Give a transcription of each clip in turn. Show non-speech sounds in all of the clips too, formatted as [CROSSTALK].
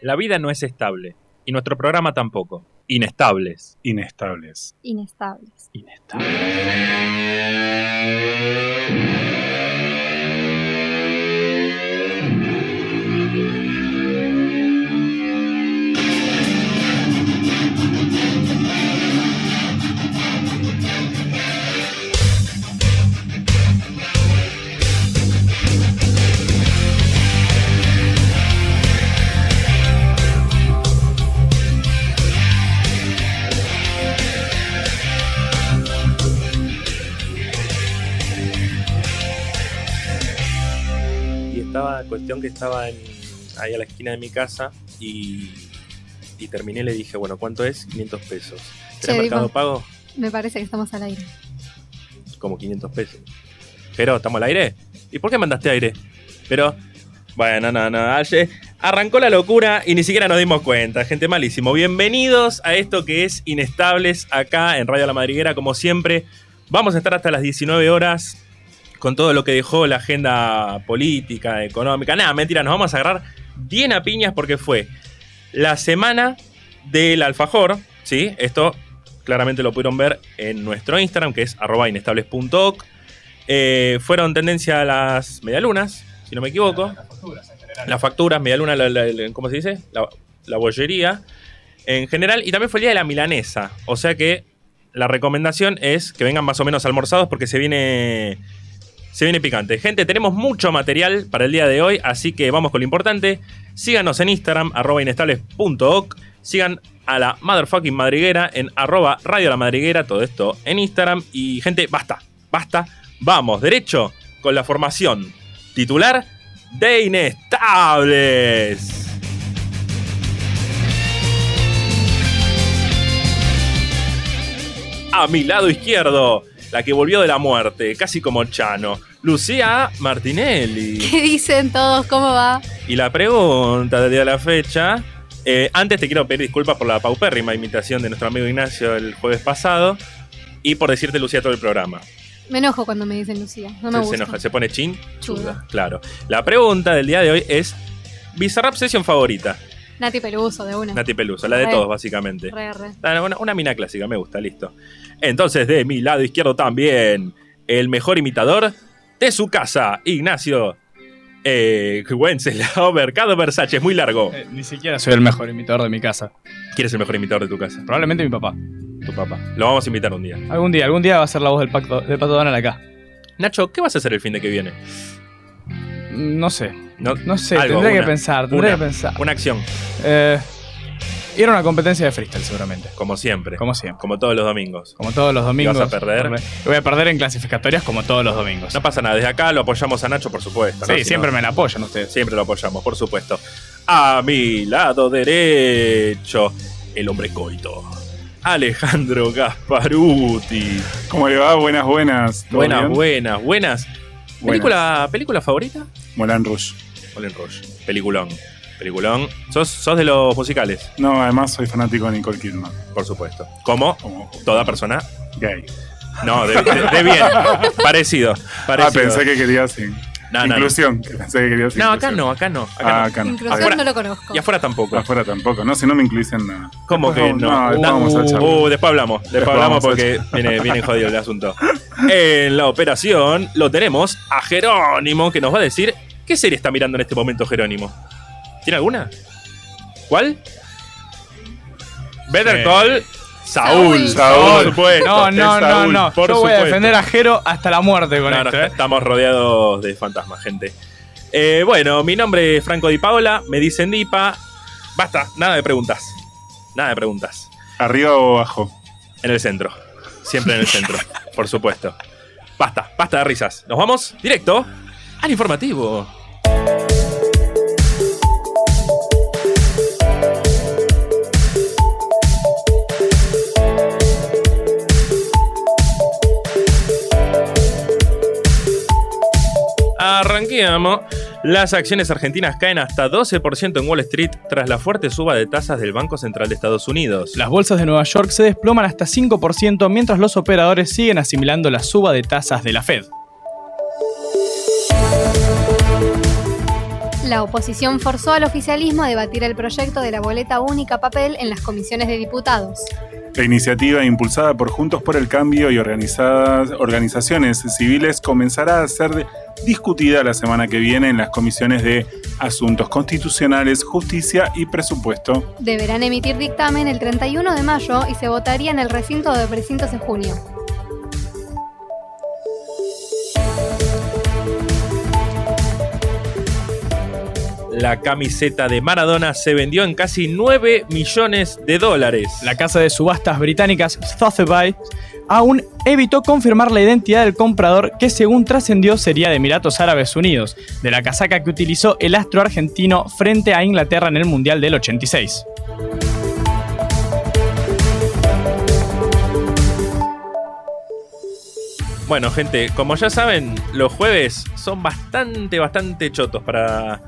La vida no es estable. Y nuestro programa tampoco. Inestables. Inestables. Inestables. Y estaba, cuestión que estaba en- ahí a la esquina de mi casa y, y terminé le dije, bueno, ¿cuánto es? 500 pesos. Che, ¿Tenés mercado dijo. pago? Me parece que estamos al aire. [LAUGHS] Como 500 pesos. Pero, ¿estamos al aire? ¿Y por qué mandaste aire? Pero, bueno, no, no, ayer arrancó la locura y ni siquiera nos dimos cuenta, gente malísimo. Bienvenidos a esto que es Inestables acá en Radio La Madriguera, como siempre. Vamos a estar hasta las 19 horas con todo lo que dejó la agenda política, económica. Nada, mentira, nos vamos a agarrar bien a piñas porque fue la semana del alfajor, ¿sí? Esto claramente lo pudieron ver en nuestro Instagram, que es arroba inestables.oc. Eh, fueron tendencia a las medialunas, si no me equivoco. Las facturas, medialuna, la, la- la- ¿cómo se dice? La, la bollería en general. Y también fue el día de la milanesa. O sea que la recomendación es que vengan más o menos almorzados porque se viene... Se viene picante. Gente, tenemos mucho material para el día de hoy, así que vamos con lo importante. Síganos en Instagram, arroba inestables.oc. Sigan a la motherfucking madriguera en arroba radio la madriguera, todo esto en Instagram. Y gente, basta, basta. Vamos, derecho con la formación titular de Inestables. A mi lado izquierdo, la que volvió de la muerte, casi como Chano, Lucía Martinelli. ¿Qué dicen todos? ¿Cómo va? Y la pregunta del día de la fecha. eh, antes te quiero pedir disculpas por la paupérrima imitación de nuestro amigo Ignacio el jueves pasado y por decirte Lucía todo el programa. Me enojo cuando me dicen Lucía. se, No me se gusta. enoja, se pone chin. Chuda. Claro. La pregunta del día de hoy es: Bizarrap Session favorita, Nati Peluso, de una. Nati Peluso, la de Re. todos, básicamente. Re, re. Ah, Una, una mina clásica, me gusta, listo. Entonces, de mi lado izquierdo también, el mejor imitador de su casa, Ignacio eh, [LAUGHS] Wenceslao Mercado Versace, es muy largo. Eh, ni siquiera soy el mejor imitador de mi casa. ¿Quién es el mejor imitador de tu casa? Probablemente mi papá. Tu papá. Lo vamos a invitar un día. Algún día, algún día va a ser la voz del, pacto, del Pato Donald acá. Nacho, ¿qué vas a hacer el fin de que viene? No sé, No, no sé, Algo, tendré una, que pensar, tendré una. que pensar. Una acción, Eh, ir a una competencia de freestyle seguramente, como siempre. Como, como siempre. todos los domingos. Como todos los domingos. vas a perder? Voy a perder en clasificatorias como todos los domingos. No pasa nada. Desde acá lo apoyamos a Nacho, por supuesto. ¿no? sí, Si siempre no, me la apoyan [LAUGHS] ustedes. siempre lo apoyamos, por supuesto. A mi lado derecho, el hombre coito. Alejandro Gasparuti. ¿Cómo le va? Buenas, buenas. Buenas, buenas, buenas. ¿Película, ¿Película favorita? Moulin Rouge. Moulin Rouge. Peliculón. Peliculón. Sos, sos de los musicales, No, además soy fanático de Nicole Kidman, por supuesto. Como como Ah, toda persona gay. No, de, de- de bien. Parecido. Ah, parecido. pensé que querías sí. No, no, no. inclusión. que Pensé que querías No, acá inclusión. no, acá no. Acá Ah, no. acá no. Inclusión Afuera. no lo conozco. Y afuera tampoco. Afuera tampoco, no, si no me incluís en nada. ¿Cómo que Después no? vamos- después Uh, vamos a charlar. uh, después hablamos. Después, Después hablamos vamos a porque viene, viene jodido el asunto. En la operación lo tenemos a Jerónimo que nos va a decir qué serie está mirando en este momento Jerónimo. ¿Tiene alguna? ¿Cuál? Better Eh, Call Saúl. Por Saúl. Saúl. supuesto. No, no, Es no, Saúl, no. por Yo voy a supuesto. defender a Jero hasta la muerte con No, no, esto, ¿eh? Estamos rodeados de fantasmas, gente. Eh, bueno, mi nombre es Franco Di Paola, me dicen Dipa. Basta, nada de preguntas. Nada de preguntas. ¿Arriba o abajo? En el centro. Siempre en el centro, por supuesto. Basta, basta de risas. Nos vamos directo al informativo. Arranqueamos. Las acciones argentinas caen hasta 12% en Wall Street tras la fuerte suba de tasas del Banco Central de Estados Unidos. Las bolsas de Nueva York se desploman hasta 5% mientras los operadores siguen asimilando la suba de tasas de la Fed. la oposición forzó al oficialismo a debatir el proyecto de la boleta única papel en las comisiones de diputados. La iniciativa impulsada por Juntos por el Cambio y organizadas organizaciones civiles comenzará a ser discutida la semana que viene en las comisiones de Asuntos Constitucionales, Justicia y Presupuesto. Deberán emitir dictamen el 31 de mayo y se votaría en el recinto de precintos en junio. La camiseta de Maradona se vendió en casi 9 millones de dólares. La casa de subastas británicas Sotheby's aún evitó confirmar la identidad del comprador que según trascendió sería de Emiratos Árabes Unidos, de la casaca que utilizó el astro argentino frente a Inglaterra en el Mundial del 86. Bueno, gente, como ya saben, los jueves son bastante, bastante chotos para,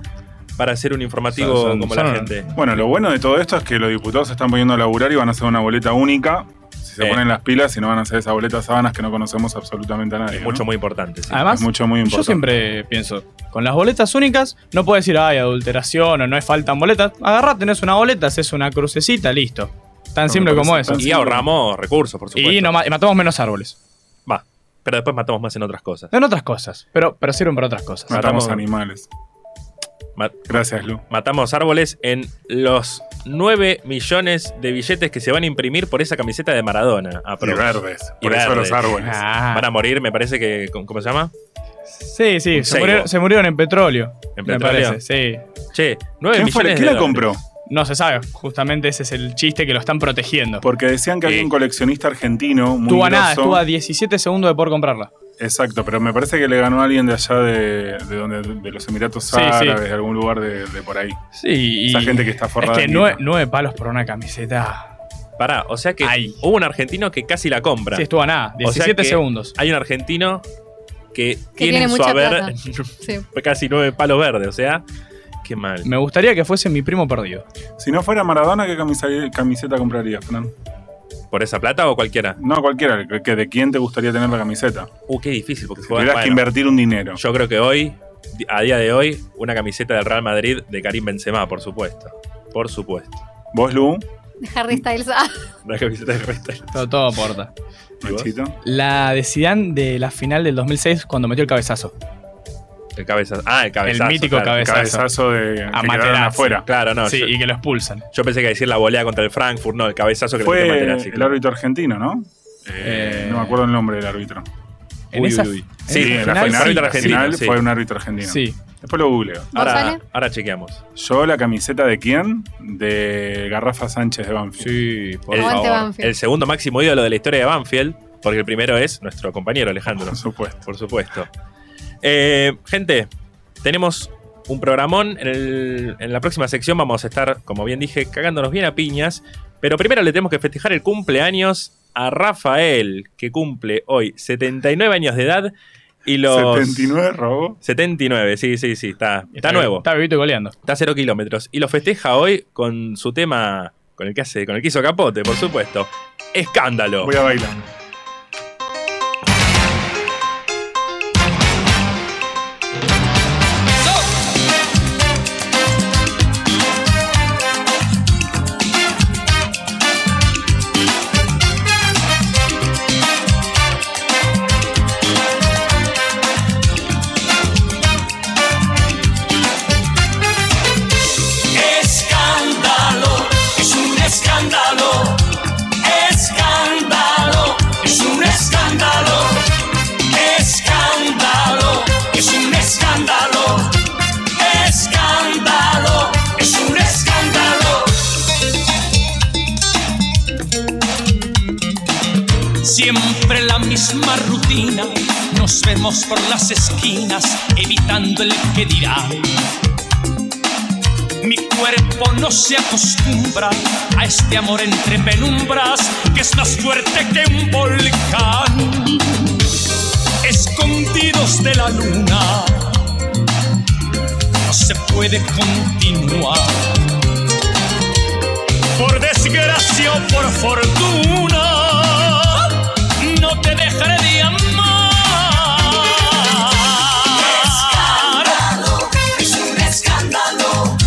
para hacer un informativo Son- son- como son- la gente. Bueno, lo bueno de todo esto es que los diputados se están poniendo a laburar y van a hacer una boleta única. Si se Sí. ponen las pilas, si no van a hacer esa boleta sábanas que no conocemos absolutamente a nadie. Es mucho ¿no? muy importante. sí. Además, Es mucho muy importante. yo siempre pienso, con las boletas únicas no puedes decir, ay, adulteración o no es faltan boletas. Agarrá, tenés una boleta, haces una crucecita, listo. Tan No, simple me como parece eso. tan- Y ahorramos recursos, por supuesto. Y no ma- y matamos menos árboles. Va, pero después matamos más en otras cosas. En otras cosas, pero, pero sirven para otras cosas. Matamos Matamos- animales. Ma- Gracias, Lu. matamos árboles en los 9 millones de billetes que se van a imprimir por esa camiseta de Maradona. Y aprox. verdes. Y Por eso verdes. los árboles. Ah. Van a morir, me parece que. ¿Cómo cómo se llama? Sí, sí, se Seibo. murieron, se murieron en petróleo. ¿En me petróleo? parece, sí. Che, 9 ¿Quién, millones fue, de ¿Quién la dólares. compró? No se sabe, justamente ese es el chiste que lo están protegiendo. Porque decían que Sí. había un coleccionista argentino muy Estuvo a nada, grosso. estuvo a 17 segundos de poder comprarla. Exacto, pero me parece que le ganó a alguien de allá de, de donde, de los Emiratos Sí, sí. Árabes, de algún lugar de, de por ahí. Sí, Esa gente que está Es forrada. que en nueve, guita. nueve palos por una camiseta. Pará, o sea que Ay. hubo un argentino que casi la compra. Sí, estuvo a nada, O sea 17 que- segundos. Hay un argentino que, tiene tiene en su mucha haber [LAUGHS] Sí. [LAUGHS] casi 9 palos verdes, o sea, qué mal. Me gustaría que fuese mi primo perdido. Si no fuera Maradona, ¿qué camisa- camiseta comprarías, Fran? ¿Por esa plata o cualquiera? No, cualquiera. que- que ¿De quién te gustaría tener la camiseta? Uh, qué difícil, porque juega- Tuvieras que bueno, invertir un dinero. Yo creo que hoy, di- a día de hoy, una camiseta del Real Madrid de Karim Benzema, por supuesto. Por supuesto. ¿Vos, Lu? De Harry Styles. Ah, Una camiseta de Real Todo, todo aporta. ¿Y vos? Nachito. La de Zidane de la final del 2006 cuando metió el cabezazo. El cabezazo. Ah, el cabezazo. mítico claro. cabezazo. Cabezazo de A que quedaron Materazzi. afuera. Claro, no. sí, yo, y que lo expulsan. yo pensé que decir la volea contra el Frankfurt, no, el cabezazo que le Fue metió Materazzi, el claro. árbitro argentino, ¿no? Eh, Eh, no me acuerdo el nombre del árbitro. En Uy, esa- uy, uy. en esa Sí, en la final, árbitro la argentino, final sí. fue un árbitro argentino. Sí. Después lo googleo. Ahora, sale? ahora chequeamos. Yo la camiseta de quién? De Garrafa Sánchez de Banfield. Sí, por el, Aguante Banfield. el segundo máximo ídolo de la historia de Banfield, porque el primero es nuestro compañero Alejandro. Por supuesto. Por supuesto. Eh, gente, tenemos un programón. En, el- en la próxima sección vamos a estar, como bien dije, cagándonos bien a piñas. Pero primero le tenemos que festejar el cumpleaños a Rafael, que cumple hoy 79 años de edad. Y los. 79 robó. 79, sí, sí, sí, está, está nuevo. Está vivito y goleando. Está a cero kilómetros. Y lo festeja hoy con su tema. Con el que hace, con el que hizo capote, por supuesto. Escándalo. Voy a bailar. Escándalo, es un escándalo. Escándalo, es un escándalo. Escándalo, es un escándalo. Escándalo, es un escándalo. Siempre la misma rutina, nos vemos por las esquinas, evitando el que dirán. Mi cuerpo no se acostumbra a este amor entre penumbras que es más fuerte que un volcán. Escondidos de la luna, no se puede continuar. Por desgracia o por fortuna, no te dejaré de amar. escándalo, es un escándalo.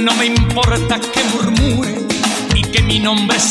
No me importa que murmuren y que mi nombre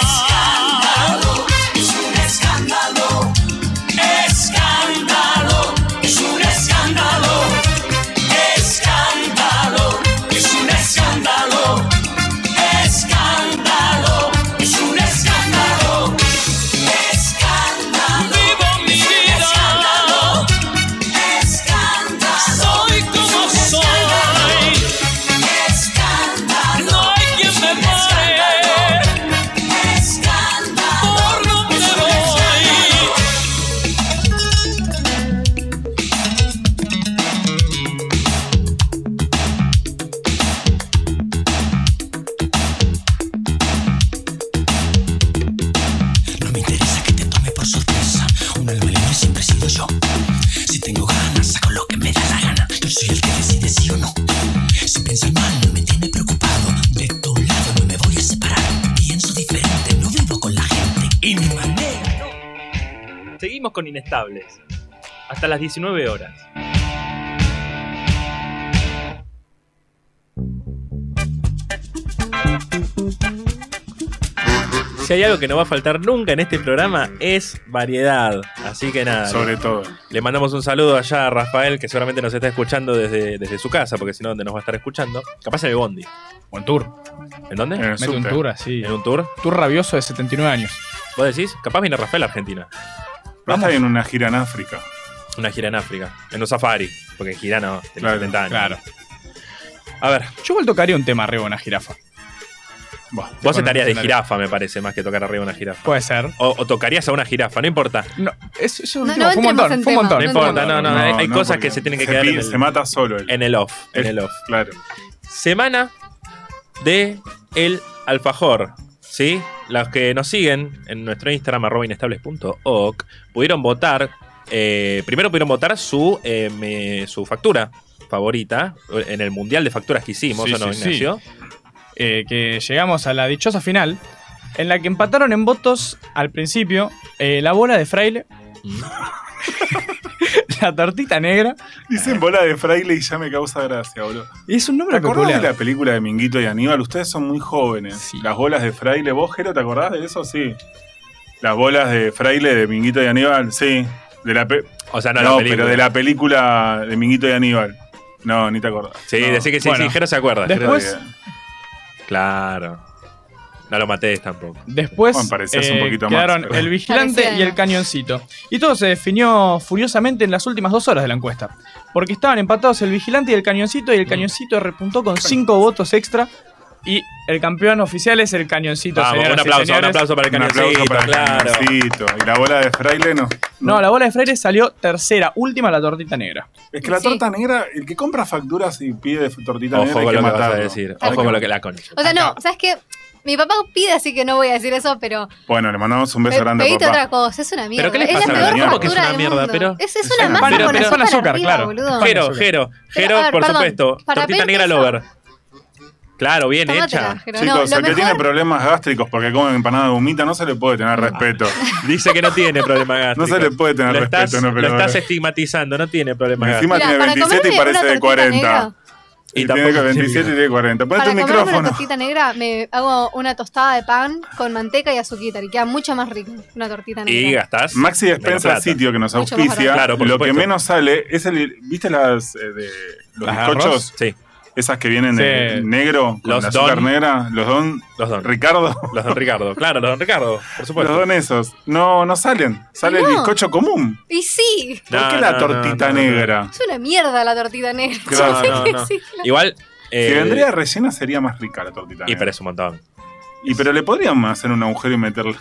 Escándalo, es un escándalo. Escándalo, es un escándalo. Escándalo, es un escándalo. Escándalo, es un escándalo. Escándalo, vivo mi vida. Escándalo. Soy como soy. Escándalo. No hay quien me pare. Escándalo. Por donde voy. No me interesa que te tome por sorpresa. Un alma libre siempre he sido yo. Si tengo ganas, saco lo que me da la gana. Yo soy el que decide sí o no. Si piensas mal, no me tiene preocupado. De tu lado no me voy a separar. Pienso diferente, no vivo con la gente. Y mi manera. Seguimos con Inestables. Hasta las 19 horas. Si hay algo que no va a faltar nunca en este programa es variedad. Así que nada. Sobre todo. Le mandamos un saludo allá a Rafael, que seguramente nos está escuchando desde, desde su casa, porque si no, ¿dónde nos va a estar escuchando? Capaz en el Bondi. Buen tour. ¿En dónde? En el Mete un subte. tour así. ¿En un tour? Tour rabioso de 79 años. ¿Vos decís? Capaz viene Rafael a Argentina. Rafa en una gira en África. Una gira en África. En un safari. Porque en gira no, tenés Claro, 70 años. claro. A ver, Yo igual tocaría un tema arriba de una jirafa. Buah. vos estarías de Con- jirafa, me parece, más que tocar arriba una jirafa. Puede ser. O, o tocarías a una jirafa, no importa. No, eso, eso No, último no fue un entremos montón. en Fue un tema, montón. No importa, No entiendo. no, no. hay, hay cosas porque que se tienen que se quedar pi- en, el, se mata solo él. en el off. En Es- el off. Claro. semana de el alfajor. ¿Sí? Los que nos siguen en nuestro Instagram, arroba inestables.org, pudieron votar. eh, primero pudieron votar su, eh, me- su factura favorita eh, en el mundial de facturas que hicimos, Sí, ¿o sí, no, sí. Ignacio? eh, que llegamos a la dichosa final, en la que empataron en votos al principio eh, la bola de fraile, Mm. [LAUGHS] la tortita negra, Eh. Dicen bola de fraile y ya me causa gracia, boludo. y es un ¿Te nombre acordás de peculiar. la película de Minguito y Aníbal? Ustedes son muy jóvenes. Sí. Las bolas de fraile, vos, Jero, ¿te acordás de eso? Sí. Las bolas de fraile de Minguito y Aníbal, sí. De la pe- O sea, no, no, la película. pero de la película de Minguito y Aníbal. No, ni te acordás. Eh, Sí, No, decir que sí, Bueno. sí, Jero se acuerda. De- creo que- Después- Claro. No lo maté tampoco. Después Bueno, parecías un eh, poquito más, quedaron pero- el vigilante Parecía. y el cañoncito. Y todo se definió furiosamente en las últimas dos horas de la encuesta. Porque estaban empatados el vigilante y el cañoncito, y el cañoncito repuntó con cinco votos extra. Y el campeón oficial es el cañoncito. Vamos, señoras un y aplauso, un señores. aplauso para el Un aplauso cañoncito, para el claro. Cañoncito. Y la bola de fraile no. No, la bola de fraile salió tercera, última la tortita negra. Es que la Sí. torta negra, el que compra facturas y pide tortita Ojo negra, hay con lo que que vas a matarlo. decir. Ojo Tal con cual. lo que la concha. O sea, no, ¿sabes qué? Mi papá pide, así que no voy a decir eso, pero Bueno, le mandamos un beso pe- grande a pedite papá. otra cosa, es una mierda. ¿Pero qué les es pasa a la la peor mierda? factura ¿Cómo que es una del mierda? mundo. Pero- Es, es es una una masa mierda. con Pero- azúcar pero- azúcar, arriba, claro. boludo. Pan Jero, azúcar. Jero, Pero, Jero, a ver, por perdón, supuesto. para Tortita pedirte negra eso, lover. Claro, bien Tómatela, hecha. Jero. No, Chicos, lo el que tiene mejor problemas gástricos porque come empanada de humita no se le puede tener respeto. Dice que no tiene problema gástrico. No se le puede tener Lo respeto, estás, no, pero lo estás bueno. estigmatizando, no tiene problema Encima gástrico. Mira, tiene para 27 comerme y una parece de tortita 40. negra. Y, [LAUGHS] Y tiene tampoco 27 y tiene 40. Ponete Para un comerme una micrófono. tortita negra me hago una tostada de pan con manteca y azuquita y queda mucho más rico una tortita Y negra. gastás. Maxi menos Despensa plata. Sitio que nos Mucho más auspicia. barato. Claro, por lo supuesto. que menos sale es el. ¿Viste las eh, de los ¿Las bizcochos? Sí, Esas que vienen de Sí. negro, con Los la azúcar Don. negra, los don los don. Ricardo, [LAUGHS] Los don Ricardo. Claro, los don Ricardo, por los supuesto. don esos. No, no salen. Sale No. el bizcocho común. Y sí, ¿Por No, qué la no, tortita no, no, no. negra? es una mierda la tortita negra. Claro, no, no. Sí, claro. Igual. eh, Si vendría rellena sería más rica la tortita. Y negra. pero es un montón. Y pero le podrían hacer un agujero y meterla.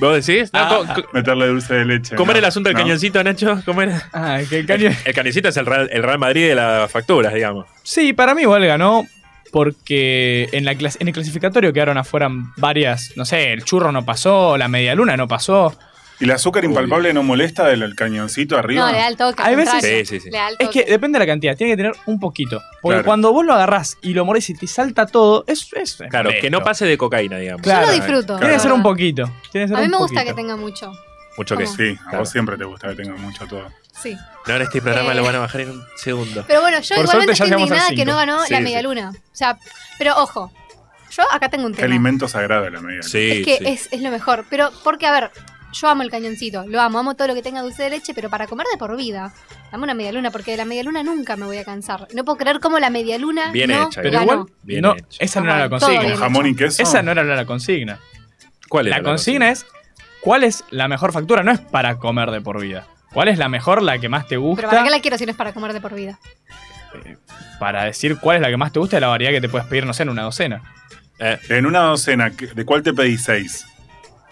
¿Vos decís? No, Ah. co- co- Meterle dulce de leche. ¿Cómo era el no, asunto del no. cañoncito, Nacho? ¿Cómo era? Ah, que Kanye- El cañoncito es el Real, el Real Madrid de las facturas, digamos. [LAUGHS] Sí, para mí igual ganó. Porque en, la clas- en el clasificatorio quedaron afuera varias. No sé, el churro no pasó, la medialuna no pasó. ¿Y el azúcar impalpable no molesta del cañoncito arriba? No, le da el toque. al Hay veces- contrario. Sí, sí, sí. Ah, Le da el Es toque. que depende de la cantidad, tiene que tener un poquito. Porque Claro. cuando vos lo agarrás y lo morís y te salta todo, es. es es Claro, que no molesto. pase de cocaína, digamos. Claro. Yo lo Eh, disfruto. Tiene que ser un la verdad. poquito. Tiene que ser A mí un me gusta que poquito. tenga mucho. Mucho que ¿Cómo? sí. Sí, a Claro. vos siempre te gusta que tenga mucho todo. Sí. No, en este programa Eh. lo van a bajar en un segundo. Pero bueno, yo Por igualmente suerte ya estoy llegamos al indignada que cinco. no ganó Sí, la sí. medialuna. O sea, pero ojo, yo acá tengo un Qué tema. alimento sagrado la media. Sí, es que sí. es, es lo mejor. Pero, porque, a ver, yo amo el cañoncito, lo amo, amo todo lo que tenga dulce de leche, pero para comer de por vida, dame una medialuna, porque de la medialuna nunca me voy a cansar. No puedo creer cómo la medialuna Bien no hecha, Pero ganó. igual, Bien no, hecho. esa no era la Todo ¿Con bien. consigna. jamón y queso? Esa no era la consigna. ¿Cuál era La consigna es: ¿cuál es la mejor factura? No es para comer de por vida. ¿Cuál es la mejor, la que más te gusta? Pero ¿para qué la quiero si no es para comer de por vida? Para decir cuál es la que más te gusta y la variedad que te puedes pedir, no sé, en una docena. Eh, En una docena, ¿de cuál te pedí seis?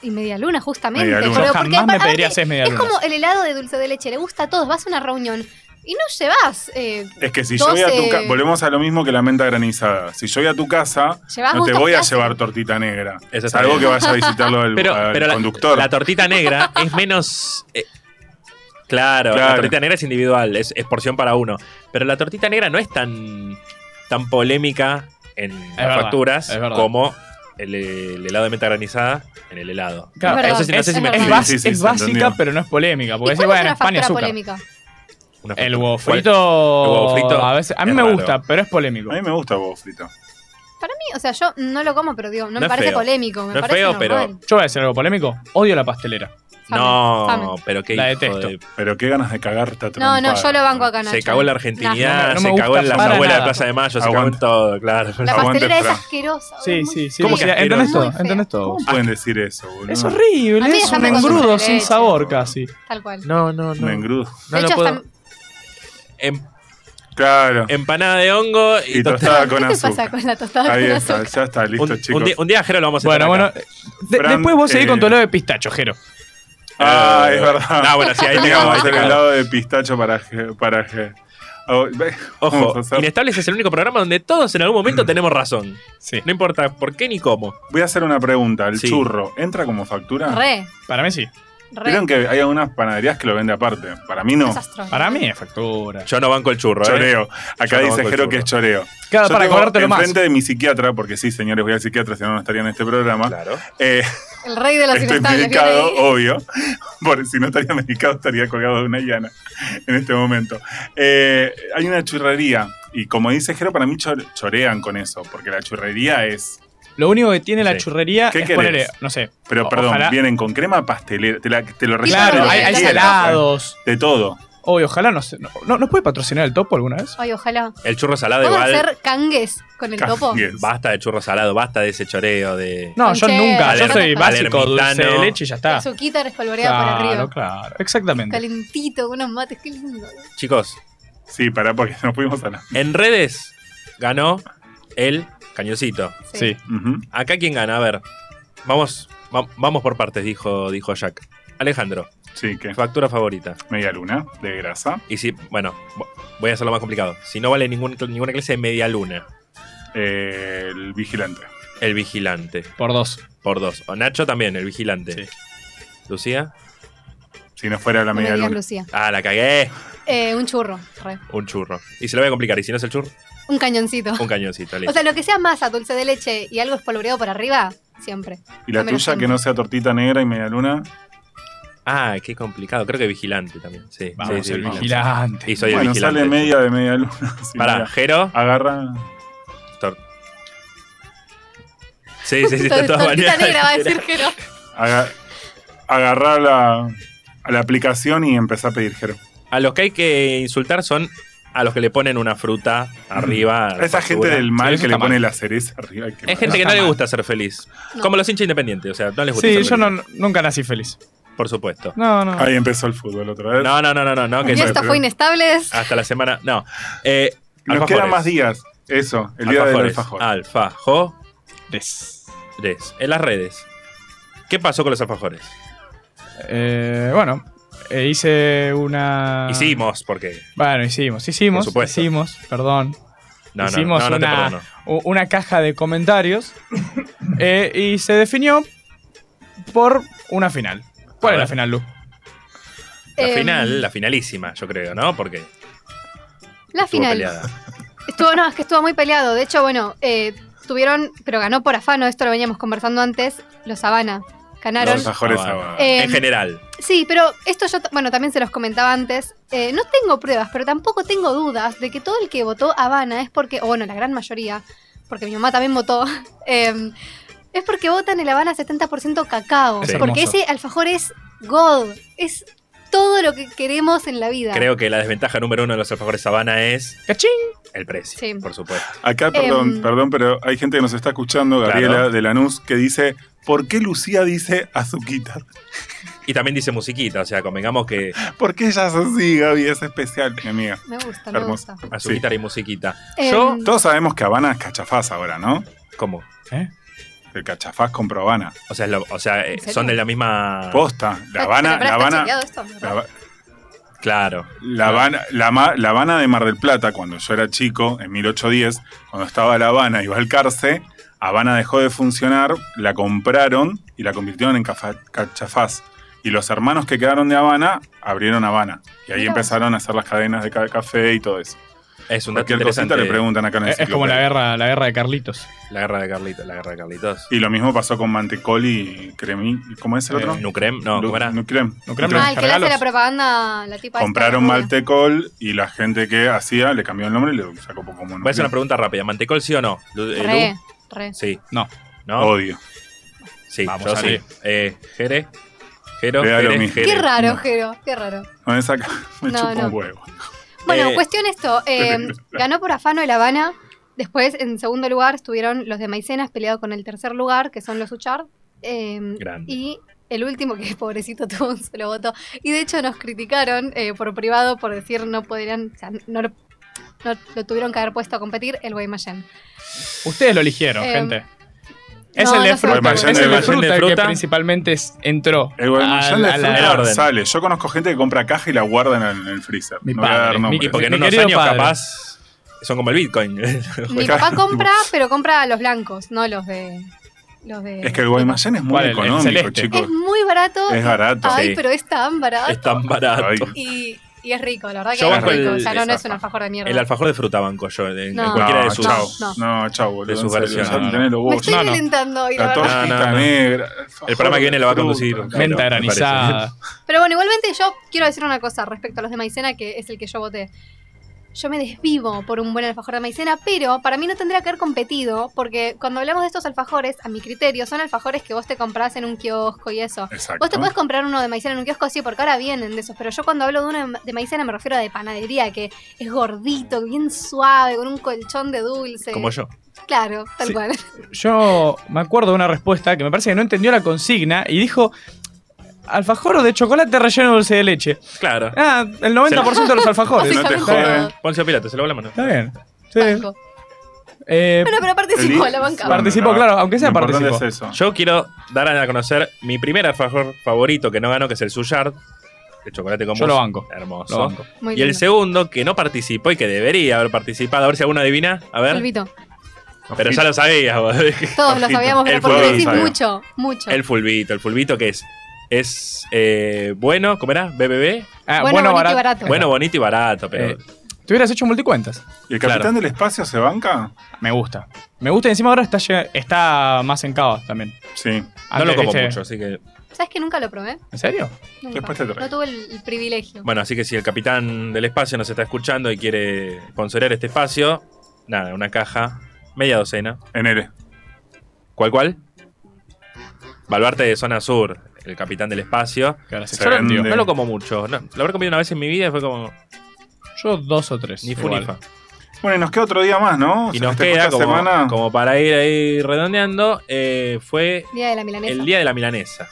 Y medialuna, justamente. Medialuna. Pero Yo porque jamás me aparte- pediría seis Es medialunas. como el helado de dulce de leche, le gusta a todos, vas a una reunión y no llevas, eh, Es que si yo voy a tu Doce. casa, volvemos a lo mismo que la menta granizada. Si yo voy a tu casa, llevas no te gustos voy a clásicos. llevar tortita negra. Eso Es está algo bien. que vas a visitarlo [LAUGHS] al, Pero, al pero la, conductor. la tortita negra es menos. eh, claro, la Claro. tortita negra es individual, es, es porción para uno. Pero la tortita negra no es tan, tan polémica en las verdad, facturas es verdad. como el, el helado de menta granizada en el helado. Claro, Es no sé si, no es- sé si es me Es, verdad. Sí, sí, sí, es se básica, entendió. pero no es polémica. Porque ¿Y decís, cuál bueno, es una en España factura azúcar. polémica? Una El factura. huevo ¿Cuál- Pues, frito. huevo frito a, veces, a mí es me raro. gusta, pero es polémico. A mí me gusta el huevo frito. Para mí, o sea, yo no lo como, pero digo, no, No me es parece feo. polémico, me No es parece feo, pero- normal. Yo voy a decir algo polémico. Odio la pastelera. Fame, No, fame. pero qué La hijo detesto. de- Pero qué ganas de cagarte a No, trompada. no, yo lo banco acá, Nacho. Se cagó en la No, argentinidad, no me se gusta cagó en las para abuelas de nada. Plaza de Mayo, Aguante. se cagó en todo, claro. La Aguante, pastelera es Fran. asqueasca. Sí, es sí, muy- sí. ¿Cómo sí, que asqueroso? ¿Entendés todo? Muy feo. ¿Entendés todo? ¿Cómo pueden decir eso, boludo? Es horrible, A mí es déjame un con dulce engrudo de sin leche. sabor casi. Tal cual. No, no, Un engrudo. de hecho, hasta Em- Claro. empanada de hongo Eh, y, Y tostada. tostada con ¿Qué te pasa azúcar. con la tostada Ahí con está, azúcar? ya está, listo, un, chicos. un día, un día, Jero, lo vamos a Bueno, tener bueno. eh, acá. de- Fran, después vos seguís eh, con tu helado de pistacho, Jero. Ah, Eh, es verdad. No, bueno, sí, ahí Vamos a tengamos. hacer helado de pistacho para G. Para G. Ah, ve, vamos a Ojo, hacer- Inestables es el único programa donde todos en algún momento tenemos razón. Sí. No importa por qué ni cómo. Voy a hacer una pregunta. ¿El Sí. churro entra como factura? [LAUGHS] Re, Para mí sí. re. Vieron que hay algunas panaderías que lo vende aparte. Para mí no. desastroso. Para mí es factura. Yo no banco el churro, ¿eh? Choreo. Yo Acá no banco dice el Jero que es choreo. Claro, Yo para tengo cobrártelo más. Enfrente de mi psiquiatra, porque sí, señores, voy al psiquiatra, si no, no estaría en este programa. Claro. Eh, El rey de los [LAUGHS] estoy oh. inestables. ¿vieron medicado, ahí? obvio. [LAUGHS] Por, si no estaría medicado, estaría colgado de una llana en este momento. Eh, hay una churrería. Y como dice Jero, para mí chor- chorean con eso, porque la churrería es. Lo único que tiene la Sí. churrería ¿Qué es querés? ponerle, no sé. Pero o- perdón, ojalá- vienen con crema pastelera. Te, la- te lo Y resuelven Claro, lo hay, que hay quieras, salados. ¿eh? De todo. Oye, ojalá no, se- no, no- ¿nos puede patrocinar el topo alguna vez? Ay, ojalá. El churro salado ¿Vamos a igual. hacer cangues con el topo? Ah, Cangues. Basta de churro salado, basta de ese choreo de. No, yo Con nunca. Yo cheddar. soy básico, Palermitano. dulce de leche y ya Ah, está. El suquita espolvoreado por Claro, arriba. claro. Exactamente. Calentito, con unos mates, qué lindo. Chicos, Sí, pará, porque [LAUGHS] nos fuimos a la. en redes ganó el cañoncito. Sí. Ujú. Acá quién gana, a ver. Vamos, va- vamos por partes, dijo, dijo Jack. Alejandro, Sí, que factura favorita. media luna de grasa. Y si, bueno, vo- voy a hacerlo más complicado. Si no vale ningún, ninguna clase de media luna, eh, el vigilante. el vigilante, Por dos. por dos. O Nacho también, el vigilante. Sí. ¿Lucía? Si no fuera la No me media digas, luna. Lucía. Ah, la cagué. Eh, un churro, re. Un churro. Y se lo voy a complicar. Y si no es el churro, Un cañoncito. un cañoncito. [LAUGHS] O listo. sea, lo que sea masa, dulce de leche y algo espolvoreado por arriba, siempre. Y la Dame los tuya que puntos. no sea tortita negra y media luna. Ah, qué complicado. Creo que vigilante también. Sí, Vamos, sí, sí, el vigilante. vigilante. Y soy el bueno, vigilante. sale media de media luna. [LAUGHS] sí, Pará, mira. Jero. Agarra. tor- Sí, sí, sí, está todo Tortita bañado. negra va a decir que no. aga- agarrá la, a la aplicación y empezá a pedir Jero. A los que hay que insultar son a los que le ponen una fruta arriba. a la Esa gente factura. del mal Sí, eso que le está pone mal. la cereza arriba. Es gente que está no le mal. gusta ser feliz. No. Como los hinchas independientes, o sea, no les gusta Sí, ser yo no, feliz, nunca nací feliz. Por supuesto. No, no. Ahí empezó el fútbol otra vez. No, no, no, no, no, no, que Y Eso esto es- fue Inestables. hasta la semana. No. Eh, Nos alfajores. Ah. quedan más días. Eso, el día del Alfajores. alfajor. Alfajores. Des. En las redes. ¿Qué pasó con los alfajores? Eh, bueno, eh, hice una. Ah. Hicimos, porque. Bueno, hicimos, hicimos, Por supuesto. hicimos, perdón. No, no, hicimos no, no te una, perdono. u- una caja de [COUGHS] comentarios eh, y se definió por una final. ¿Cuál A es la ver. final, Lu? La Em, final, la finalísima, yo creo, ¿no? Porque estuvo La final. peleada. Estuvo, no, es que estuvo muy peleado. De hecho, bueno, eh, tuvieron, pero ganó por afano, esto lo veníamos conversando antes, los Habana. Ganaron. Los alfajores Ah, abajo. Eh, en general. Sí, pero esto yo, t- bueno, también se los comentaba antes. Eh, no tengo pruebas, pero tampoco tengo dudas de que todo el que votó Habana es porque, o bueno, la gran mayoría, porque mi mamá también votó, [LAUGHS] eh, es porque votan el Habana 70% cacao. Es porque hermoso. ese alfajor es gold, es todo lo que queremos en la vida. Creo que la desventaja número uno de los alfajores sabana es ¡Cachín! el precio, Sí. por supuesto. Acá, perdón, Em. perdón, pero hay gente que nos está escuchando, Gabriela Claro. de Lanús, que dice, ¿por qué Lucía dice azuquita? Y también dice musiquita, o sea, convengamos que ¿Por qué ella es así, Gaby? Es especial, mi amiga. Me gusta, me Hermoso. gusta. azuquita y musiquita. Em, Yo, Todos sabemos que Habana es cachafaz ahora, ¿no? ¿cómo? El cachafaz compró Habana. O sea, es lo- o sea eh, ¿En serio? son de la misma. Posta, la Habana, Espera, espera, la ¿está Habana, chequeado esto? la, Haba- Claro. la Habana, la, Ma- la Habana de Mar del Plata, cuando yo era chico, en 1810, cuando estaba La Habana y Valcarce, Habana dejó de funcionar, la compraron y la convirtieron en cafa- cachafaz. Y los hermanos que quedaron de Habana abrieron Habana. Y ahí Mirá. empezaron a hacer las cadenas de ca- café y todo eso. Es un dato Cualquier cosita interesante. le preguntan acá en el Es, es como la guerra, la guerra de Carlitos. La guerra de Carlitos. La guerra de Carlitos. Y lo mismo pasó con Mantecoli y Cremi. ¿Cómo es el otro? Nucrem, Eh, no, Lu- ¿cómo era? Nucrem. Nucrem. Nucrem. Ah, el que le hace regalos. la propaganda, la tipa. esta, Compraron la rubia. Maltecol y la gente que hacía le cambió el nombre y le sacó poco Voy a hacer una pregunta rápida. ¿Mantecol sí o no? Lu- eh, Lu? Re, re. Sí. No. ¿No? Odio. Sí, Vamos, yo Ale. sí. Eh, Jere. Jero, Vea lo Jere, mismo. Jere. Qué raro, No. Jero, qué raro. No me saca, [LAUGHS] me No, chupa no. un huevo. Bueno, Eh, cuestión esto. eh, ganó por afano el Habana. Después, en segundo lugar, estuvieron los de Maicenas peleados con el tercer lugar, que son los Uchar. eh, Grande. y el último, que [LAUGHS] pobrecito tuvo un solo voto. Y de hecho nos criticaron eh, por privado por decir no podrían, o sea, no, lo- no lo tuvieron que haber puesto a competir el Guaymallén. Ustedes lo eligieron, Eh, gente. Es no, el de no sé. fruta. Guaymallén Es de- el de Guaymallén de fruta el que fruta. principalmente es- entró. El guaymallén al- de a la- fruta El orden. sale. Yo conozco gente que compra caja y la guardan en, en el freezer. Mi no voy a padre, dar mi- nombres. Y porque en Mi unos querido años padre. capaz son como el Bitcoin. [LAUGHS] Mi papá compra, pero compra a los blancos, no los de. Los de Es que el guaymallén es muy ¿Cuál? El- el económico, celeste. chicos. Es muy barato. Es barato. Ay, Sí. pero es tan barato. es tan barato. Ay, Y, y es rico, la verdad que Yo es banco rico. el- o sea, no, no es un esa- alfajor de mierda. El alfajor de fruta banco yo, en, en No. cualquiera de No, sus. chao. No. No, chao, boludo. De sus en serio, versiones. ya tenés los Me huevos estoy llenos. calentando hoy, la La verdad. tortita No, no, no. negra. El programa que viene la va a conducir. Fruta. Menta me granizada. Pero bueno, igualmente yo quiero decir una cosa respecto a los de maicena, que es el que yo voté. Yo me desvivo por un buen alfajor de maicena, pero para mí no tendría que haber competido, porque cuando hablamos de estos alfajores, a mi criterio, son alfajores que vos te comprás en un kiosco y eso. Exacto. Vos te podés comprar uno de maicena en un kiosco, sí, porque ahora vienen de esos. Pero yo cuando hablo de uno de maicena me refiero a de panadería, que es gordito, bien suave, con un colchón de dulce. Como yo. Claro, tal Sí. cual. Yo me acuerdo de una respuesta que me parece que no entendió la consigna y dijo. Alfajor o de chocolate relleno de dulce de leche. Claro. Ah, el 90% de los alfajores. no te Básicamente joden. todo. Poncio Pilato, se lo va la mano. Está bien. Sí. Banco. Eh, Bueno, pero participó la bancada. Participó, claro, aunque sea Lo importante participó. es eso. Yo quiero dar a conocer mi primer alfajor favorito que no ganó, que es el Suyard. El chocolate con yo mousse. lo banco. Hermoso. Lo banco. Muy Y el segundo, que no participó y que debería haber participado. A ver si alguno adivina. A ver. Fulvito. Pero ya lo sabías. vos. Todos lo Ojito. sabíamos, pero El porque Fulvito decís sabía. mucho, mucho. El fulbito. El fulbito que es. Es eh, bueno, ¿cómo era? BBB. Ah, Bueno, bonito y barato. barato. Bueno, bonito y barato, pero. Eh, te hubieras hecho multicuentas. ¿Y el capitán Claro. del espacio se banca? Me gusta. Me gusta y encima ahora está, lle- está más en cava también. Sí. no lo Antes, como ¿viste? mucho, así que. ¿Sabes que nunca lo probé? ¿En serio? Nunca. Después te traigo. No tuve el, el privilegio. Bueno, así que si el capitán del espacio nos está escuchando y quiere sponsorear este espacio, nada, una caja, media docena. En el. ¿Cuál, cuál? Baluarte de Zona Sur, el capitán del espacio. Que ahora se Se Yo no, vende. no lo como mucho. No, lo habré comido una vez en mi vida y fue como. Yo dos o tres. Ni igual. funifa. Bueno, y nos queda otro día más, ¿no? O Y sea, nos esta queda, corta como, semana. como para ir ahí redondeando, eh, fue Día de la milanesa. el día de la milanesa.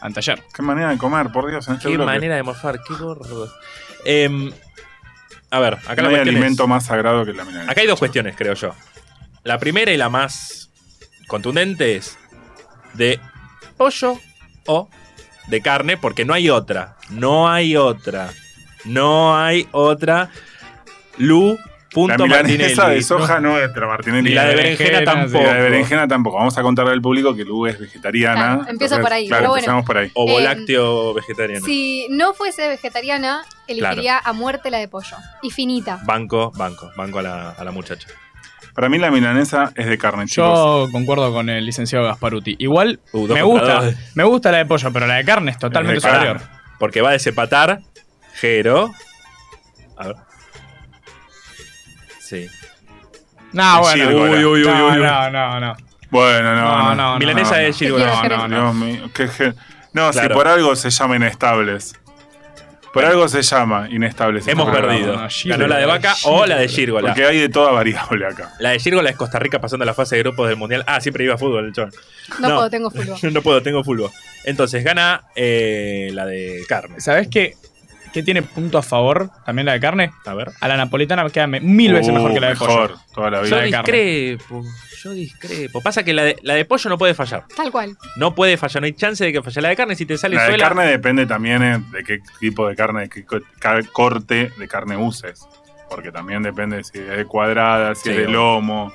Anteayer. Qué manera de comer, por Dios, en este Qué bloque. manera de morfar, qué gordo. Em, a ver, acá no la hay cuestión es- alimento más sagrado que la milanesa. Acá hay dos cuestiones, creo yo. La primera y la más contundente es de pollo o de carne, porque no hay otra. No hay otra. No hay otra. Lu. La Punto Martinelli. milanesa de soja no es otra, Martinelli. Ni la de berenjena, sí, berenjena Ni tampoco. la de berenjena tampoco. Vamos a contarle al público que Lu es vegetariana. Claro, empiezo por ahí, Claro, pero bueno. empezamos por ahí. O Eh, volácteo vegetariano. Si no fuese vegetariana, elegiría a muerte la de pollo. Y finita. Banco, banco, banco a la, a la muchacha. Para mí la milanesa es de carne, chicos. Yo concuerdo con el licenciado Gasparuti. Igual Uh, dos me contra gusta, dos. me gusta la de pollo, pero la de carne es totalmente Es de carne. superior. Porque va a desempatar Jero. A ver. Sí. No, bueno. Gírgola. Uy, uy, uy, no, uy, uy. no, no, no. Bueno, no, no. No, no, Milanesa es Te Gírgola. quiero, Jero. Ah, No, Dios mío, qué gen- No, si Claro. por algo se llama inestables. Por algo se llama inestables. Hemos este programa. perdido. no, Gírgola, Ganó la de vaca o la de Gírgola. Porque hay de toda variable acá. La de Gírgola es Costa Rica pasando la fase de grupos del mundial. Ah, siempre iba a fútbol el chon. No, No. [LAUGHS] puedo, tengo fútbol. no puedo, tengo fútbol. Entonces gana eh, la de carne. ¿Sabés qué, qué tiene punto a favor también la de carne? A ver. A la napolitana queda me- mil veces mejor Uh, que la de mejor, pollo. toda la Yo vida. de carne. discrepo, yo discrepo. Pasa que la de, la de pollo no puede fallar. Tal cual. No puede fallar, no hay chance de que falle. La de carne, si te sale La de suela. carne depende también eh, de qué tipo de carne, de qué co- ca- corte de carne uses. Porque también depende si es de cuadrada, si Sí, es de obvio. lomo,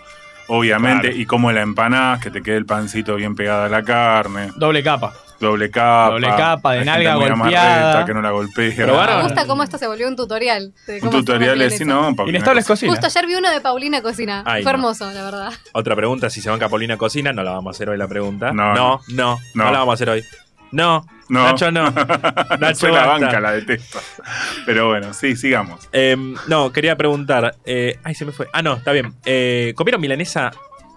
obviamente, Claro. y cómo la empanás, que te quede el pancito bien pegado a la carne, Doble capa. doble capa. Doble capa, de Hay gente nalga muy golpeada. amarreta que no la golpee. Probar Me Ah. gusta cómo esto se volvió un tutorial. de Un cómo hacer tutorial la así, milanesa. ¿no? Paulina? Inestables cocina. Justo ayer vi uno de Paulina Cocina. Ay, Fue no. hermoso, la verdad. Otra pregunta, si se banca Paulina Cocina, no la vamos a hacer hoy la pregunta. No, No, no, no, no. la vamos a hacer hoy. No, No. Nacho no. [LAUGHS] No Nacho, soy la basta. banca, la detesto. Pero bueno, sí, sigamos. Em, no, quería preguntar. eh, ay, se me fue. Ah, no, está bien. Eh, ¿Comieron milanesa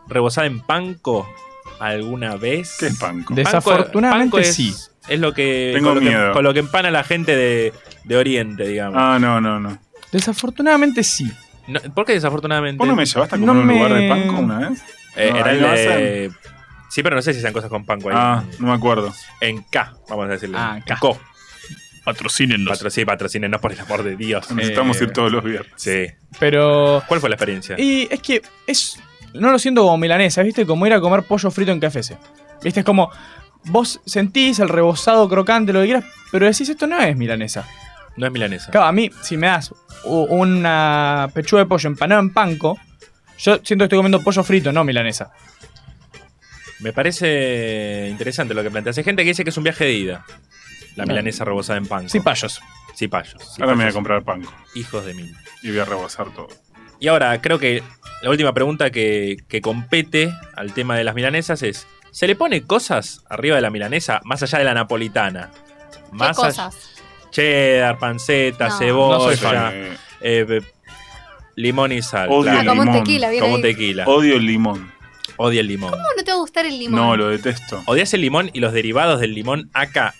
rebozada en panco alguna vez? ¿Qué es panco? De- Panco- Desafortunadamente panco es- sí. Es lo que, Tengo con, lo que- miedo. con lo que empana la gente de, de Oriente, digamos. Ah, no, no, no. Desafortunadamente sí. No, ¿Por qué desafortunadamente? ¿Vos no me llevaste a No comer un me- lugar de panco una vez? Eh, no, era ahí el lo de- Sí, pero no sé si hacen cosas con panco ahí. Ah, no me acuerdo. En K, vamos a decirle. Ah, en K. Co. Patrocínenos. Patro- sí, patrocínenos, por el amor de Dios. Necesitamos Eh, ir todos los viernes. Sí. Pero. ¿Cuál fue la experiencia? Y es que es. No lo siento como milanesa, ¿viste? Como ir a comer pollo frito en KFC. ¿Viste? Es como. Vos sentís el rebozado crocante, lo que quieras, pero decís esto no es milanesa. No es milanesa. Claro, a mí, si me das u- una pechuga de pollo empanada en panco, yo siento que estoy comiendo pollo frito, no milanesa. Me parece interesante lo que planteas. Hay gente que dice que es un viaje de ida. La milanesa rebozada en panco. Sí, payos. Sí, payos. Sí, Ahora me voy a payos. comprar panco Hijos de mil. y voy a rebosar todo. Y ahora, creo que la última pregunta que, que compete al tema de las milanesas es: ¿se le pone cosas arriba de la milanesa más allá de la napolitana? ¿Qué Más allá- cosas? cheddar, panceta, No. cebolla, No soy fan. Eh, eh, eh, limón y sal. Odio claro. Ah, el como un limón, tequila, bien Como ahí. tequila. Odio el limón. Odia el limón. ¿Cómo no te va a gustar el limón? No, lo detesto. ¿Odias el limón y los derivados del limón acá?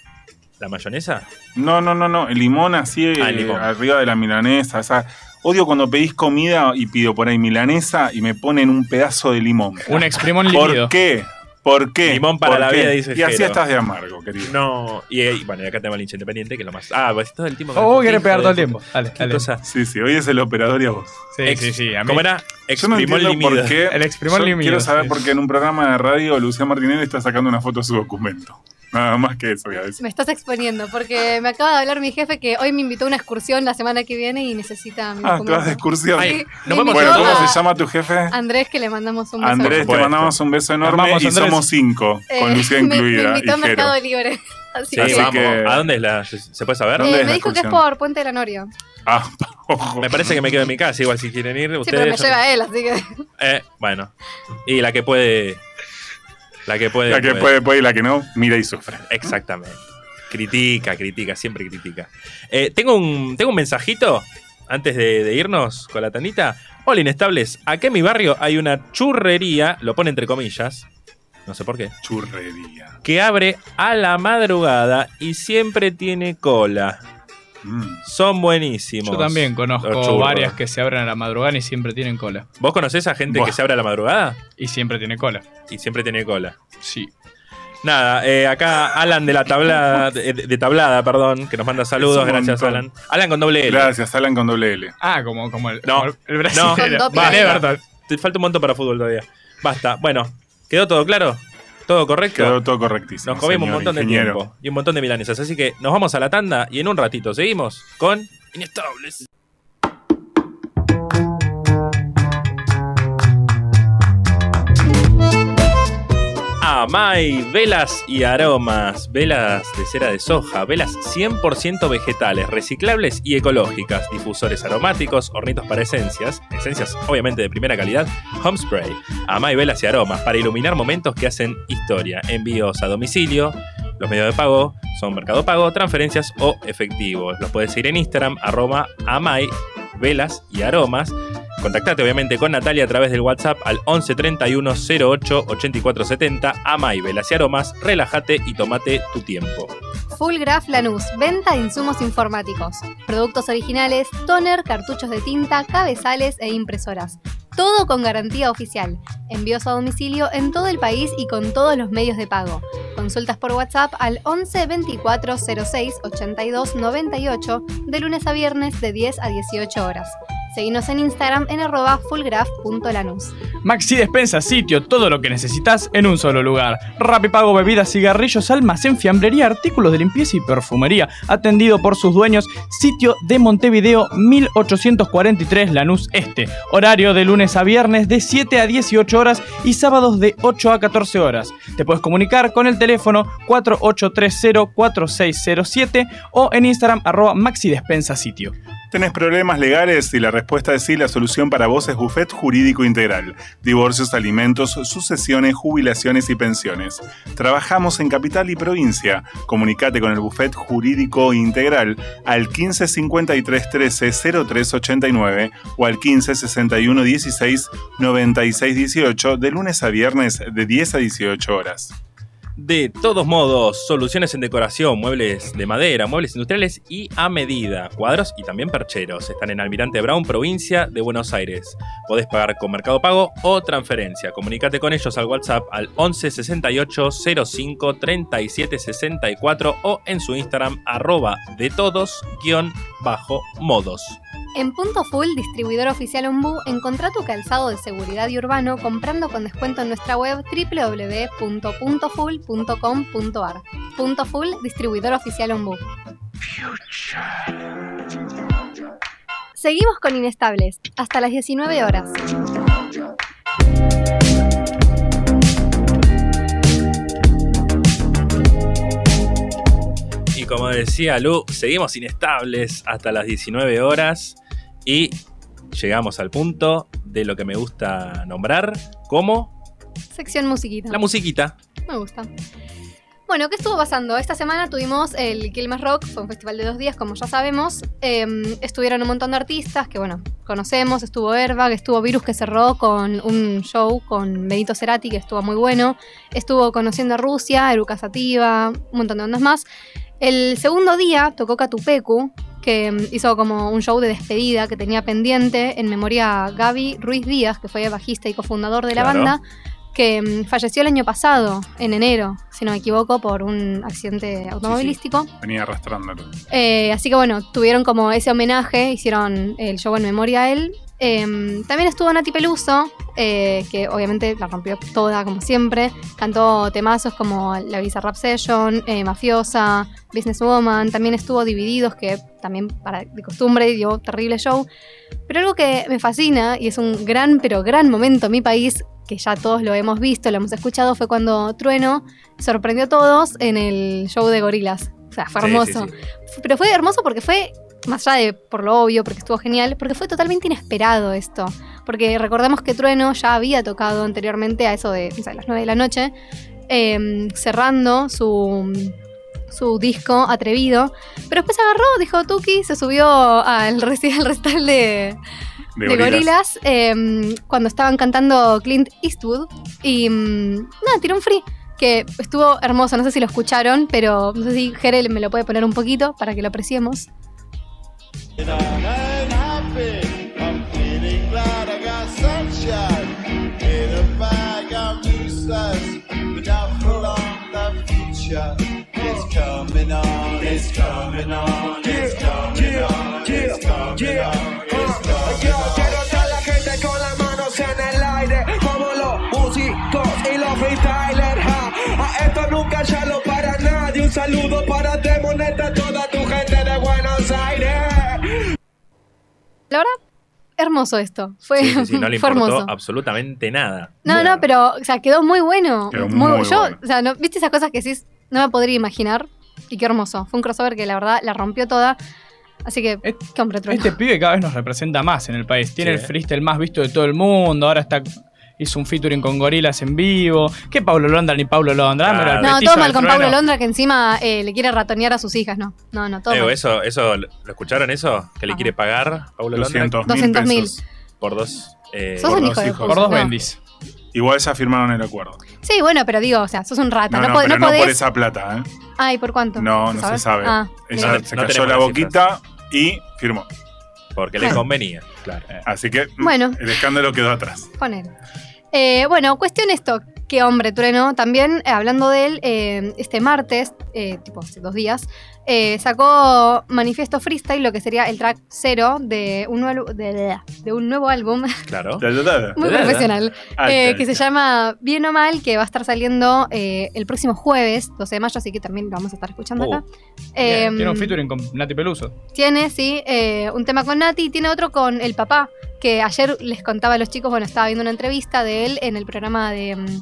¿La mayonesa? No, no, no, no. El limón así eh, Ah, el limón. arriba de la milanesa. O sea, odio cuando pedís comida y pido por ahí milanesa y me ponen un pedazo de limón. Un exprimón líquido. ¿Por qué? ¿Por qué? Limón para ¿Por la qué? vida, dice Y así Jero. estás de amargo, querido. No. Y, eh, bueno, y acá tengo el hincha independiente, que es lo más. Ah, vas todo el tiempo. Oh, vos querés Hijo pegar de todo el puta. tiempo. Dale, Qué dale. cosa. Sí, sí, hoy es el operador y a vos. Sí, Ex- sí, sí. A mí, ¿Cómo era? Yo no Exprimol entiendo por limido. qué. El exprimón Yo limido, Quiero saber sí. por qué en un programa de radio Lucía Martinelli está sacando una foto de su documento. Nada más que eso, voy a decir. Me estás exponiendo, porque me acaba de hablar mi jefe que hoy me invitó a una excursión la semana que viene y necesita mi Ah, te vas documento. de excursión. Ay, Sí, nos me vamos bueno, invitó todos. a ¿cómo se llama tu jefe? Andrés, que le mandamos un beso. Andrés, te Supuesto. mandamos un beso enorme Amamos, y Andrés. somos cinco, Eh, con [LAUGHS] Lucía me- Me, incluida. invitó a y Jero. Mercado Libre. [LAUGHS] Así Sí, que, Así vamos. que- ¿A dónde es la.? ¿Se puede saber? ¿Dónde Eh, es la me dijo que es excursión? por Puente de la Noria. Ah, [LAUGHS] ojo. Me parece que me quedo en mi casa, igual si quieren ir. Sí, pero me Ustedes. lleva él, así que. Eh, bueno. Y la que puede. La que puede. La que puede, puede y la que no, mira y sufre. Exactamente. Critica, critica, siempre critica. Eh, tengo, un, tengo un mensajito antes de, de irnos con la tanita. Hola, inestables. Aquí en mi barrio hay una churrería, lo pone entre comillas, no sé por qué, Churrería. que abre a la madrugada y siempre tiene cola. Mm. Son buenísimos. Yo también Los conozco churros. varias que se abren a la madrugada y siempre tienen cola. ¿Vos conocés a gente Buah. que se abre a la madrugada? Y siempre tiene cola. Y siempre tiene cola. Sí. Nada, eh, acá Alan de la tablada, de, de tablada, perdón, que nos manda saludos, un gracias montón. Alan. Alan con doble L. Gracias, Alan con doble L. Ah, como, como el, No, como el- el brasileño. Con No, doping. Everton. Te falta un montón para fútbol todavía. Basta. Bueno, ¿quedó todo claro? Todo correcto. Quedó todo correctísimo. Nos comimos un señor montón de ingeniero. tiempo y un montón de milanesas. Así que nos vamos a la tanda y en un ratito seguimos con Inestables. Amay, velas y aromas, velas de cera de soja, velas 100% vegetales, reciclables y ecológicas, difusores aromáticos, hornitos para esencias, esencias obviamente de primera calidad, home spray, Amay velas y aromas para iluminar momentos que hacen historia, envíos a domicilio, los medios de pago son Mercado Pago, transferencias o efectivos. Los puedes seguir en Instagram, arroba amay, velas y aromas. Contactate obviamente con Natalia a través del WhatsApp al 11 31 08 84 70. Amay, velas y aromas, relájate y tomate tu tiempo. Full Graph Lanús, venta de insumos informáticos, productos originales, toner, cartuchos de tinta, cabezales e impresoras. Todo con garantía oficial. Envíos a domicilio en todo el país y con todos los medios de pago. Consultas por WhatsApp al 11 24 06 82 98 de lunes a viernes de 10 a 18 horas. Seguinos en Instagram en arroba fullgraph.lanús. Maxi Despensa, sitio, todo lo que necesitas en un solo lugar. Rappi Pago, bebidas, cigarrillos, almacén, fiambrería, artículos de limpieza y perfumería. Atendido por sus dueños, sitio de Montevideo 1843 Lanús Este. Horario de lunes a viernes de 7 a 18 horas y sábados de 8 a 14 horas. Te puedes comunicar con el teléfono 4830-4607 o en Instagram arroba Maxi Despensa Sitio. ¿Tenés problemas legales? Y la respuesta es sí, la solución para vos es Buffet Jurídico Integral. Divorcios, alimentos, sucesiones, jubilaciones y pensiones. Trabajamos en capital y provincia. Comunicate con el Buffet Jurídico Integral al 15 53 13 03 89 o al 15 61 16 96 18 de lunes a viernes de 10 a 18 horas. De todos modos, soluciones en decoración, muebles de madera, muebles industriales y a medida, cuadros y también percheros. Están en Almirante Brown, provincia de Buenos Aires. Podés pagar con Mercado Pago o transferencia. Comunicate con ellos al WhatsApp al 11 68 05 37 64 o en su Instagram arroba de todos guión bajo modos. En Punto Full, distribuidor oficial Ombú, encontrá tu calzado de seguridad y urbano comprando con descuento en nuestra web www.puntofull.com.ar. Punto Full, distribuidor oficial Ombú. Seguimos con Inestables, hasta las 19 horas. Y como decía Lu, seguimos inestables hasta las 19 horas y llegamos al punto de lo que me gusta nombrar como Sección musiquita. la [LAUGHS] musiquita. Me gusta. Bueno, ¿qué estuvo pasando? Esta semana tuvimos el Quilmes Rock, fue un festival de dos días, como ya sabemos. Eh, estuvieron un montón de artistas que, bueno, conocemos. Estuvo Airbag, estuvo Virus que cerró con un show con Benito Cerati, que estuvo muy bueno. Estuvo Conociendo a Rusia, Eruca Sativa, un montón de ondas más. El segundo día tocó Catupecu, que mm, hizo como un show de despedida que tenía pendiente en memoria a Gaby Ruiz Díaz, que fue bajista y cofundador de la Claro. banda, que mm, falleció el año pasado, en enero, si no me equivoco, por un accidente automovilístico. Venía arrastrándolo. Eh, así que bueno, tuvieron como ese homenaje, hicieron el show en memoria a él. Eh, también estuvo Nati Peluso, eh, que obviamente la rompió toda como siempre. Cantó temazos como La Visa Rap Session, eh, Mafiosa, Businesswoman. También estuvo Divididos, que también para de costumbre dio terrible show. Pero algo que me fascina y es un gran, pero gran momento en mi país, que ya todos lo hemos visto, lo hemos escuchado, fue cuando Trueno sorprendió a todos en el show de Gorilas. O sea, fue Sí, hermoso. sí, sí. Pero fue hermoso porque fue, más allá de por lo obvio, porque estuvo genial, porque fue totalmente inesperado esto. Porque recordemos que Trueno ya había tocado anteriormente a eso de o sea, las 9 de la noche, eh, cerrando su, su disco Atrevido. Pero después agarró, dijo Tuki, se subió al [LAUGHS] recital, recital de, De, de gorilas. gorilas, eh, cuando estaban cantando Clint Eastwood y mm, nada, tiró un free que estuvo hermoso, no sé si lo escucharon, pero no sé si Gerel me lo puede poner un poquito para que lo apreciemos. Uh, Yo quiero estar la gente con las manos en el aire, como los músicos y los freestylers. Ja. esto nunca ya lo para nadie. Un saludo para Demoneta, toda tu gente de Buenos Aires. La verdad, hermoso esto. Fue, Sí, sí, sí, [LAUGHS] no le fue hermoso. importó absolutamente nada. No, no, pero, o sea, quedó muy bueno. Quedó muy, muy yo, bueno. o sea, no, viste esas cosas que decís, no me podría imaginar. Y qué hermoso. Fue un crossover que la verdad la rompió toda. Así que, Et- compre trueno. Este pibe cada vez nos representa más en el país. Tiene Sí, el eh. freestyle más visto de todo el mundo. Ahora está hizo un featuring con gorilas en vivo. Que Pablo Londra ni Pablo Londra. Ah, Claro. mira, el no, pestillo todo mal del con trueno. Pablo Londra que encima eh, le quiere ratonear a sus hijas, no. No, no, todo Eh, mal. eso, eso, ¿Lo escucharon eso? Que le Ajá. quiere pagar Paulo Londra 200 200 mil. mil pesos. por dos. eh, Sos por un dos hijo de hijos. puta. Por dos No. bendis. Igual ya firmaron el acuerdo. Sí, bueno, pero digo, o sea, sos un rata. No, No, no, pod- pero no no por podés. esa plata, ¿eh? Ay, ¿por cuánto? No, no se sabe. Ah, Ella mira. No, se no cayó tenemos la las boquita y firmó. Porque le Claro. convenía. Claro. eh, Así que mm, Bueno. el escándalo quedó atrás. Poner. Eh, bueno, cuestión esto, que hombre trueno, también eh, hablando de él, eh, este martes, eh, tipo hace dos días, eh, sacó Manifiesto Freestyle, lo que sería el track cero de un nuevo, de, de un nuevo álbum, [LAUGHS] Claro. muy Nada. profesional, Alta, eh, alta. que se llama Bien o Mal, que va a estar saliendo eh, el próximo jueves, 12 de mayo, así que también lo vamos a estar escuchando Oh, acá. bien, Em, Tiene un featuring con Nati Peluso. tiene, sí, eh, un tema con Nati y tiene otro con el papá, que ayer les contaba a los chicos, bueno, estaba viendo una entrevista de él en el programa de mm,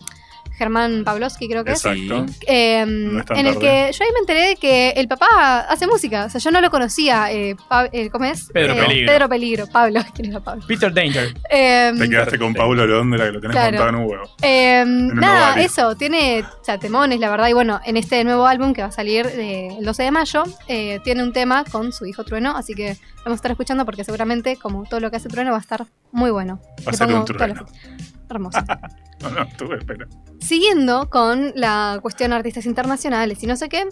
Germán Pavlovsky, creo que es. Exacto. eh, No es tan en el tarde. que yo ahí me enteré de que el papá hace música, o sea, yo no lo conocía, eh, Pa- eh, ¿cómo es? Pedro Eh, Peligro. Pedro Peligro, Pablo, [LAUGHS] ¿quién era Pablo? Peter Danger. Eh, Te quedaste con Paulo Londra, que lo tenés Claro. montado en un huevo. eh, un nada, ovario. eso, tiene o sea, temones, la verdad, y bueno, en este nuevo álbum que va a salir eh, el 12 de mayo, eh, tiene un tema con su hijo Trueno, así que lo vamos a estar escuchando porque seguramente, como todo lo que hace Trueno, va a estar muy bueno. Va a Le ser pongo un trueno. todas las- Hermoso. [LAUGHS] No, no, tuve espera. Siguiendo con la cuestión de artistas internacionales y no sé qué,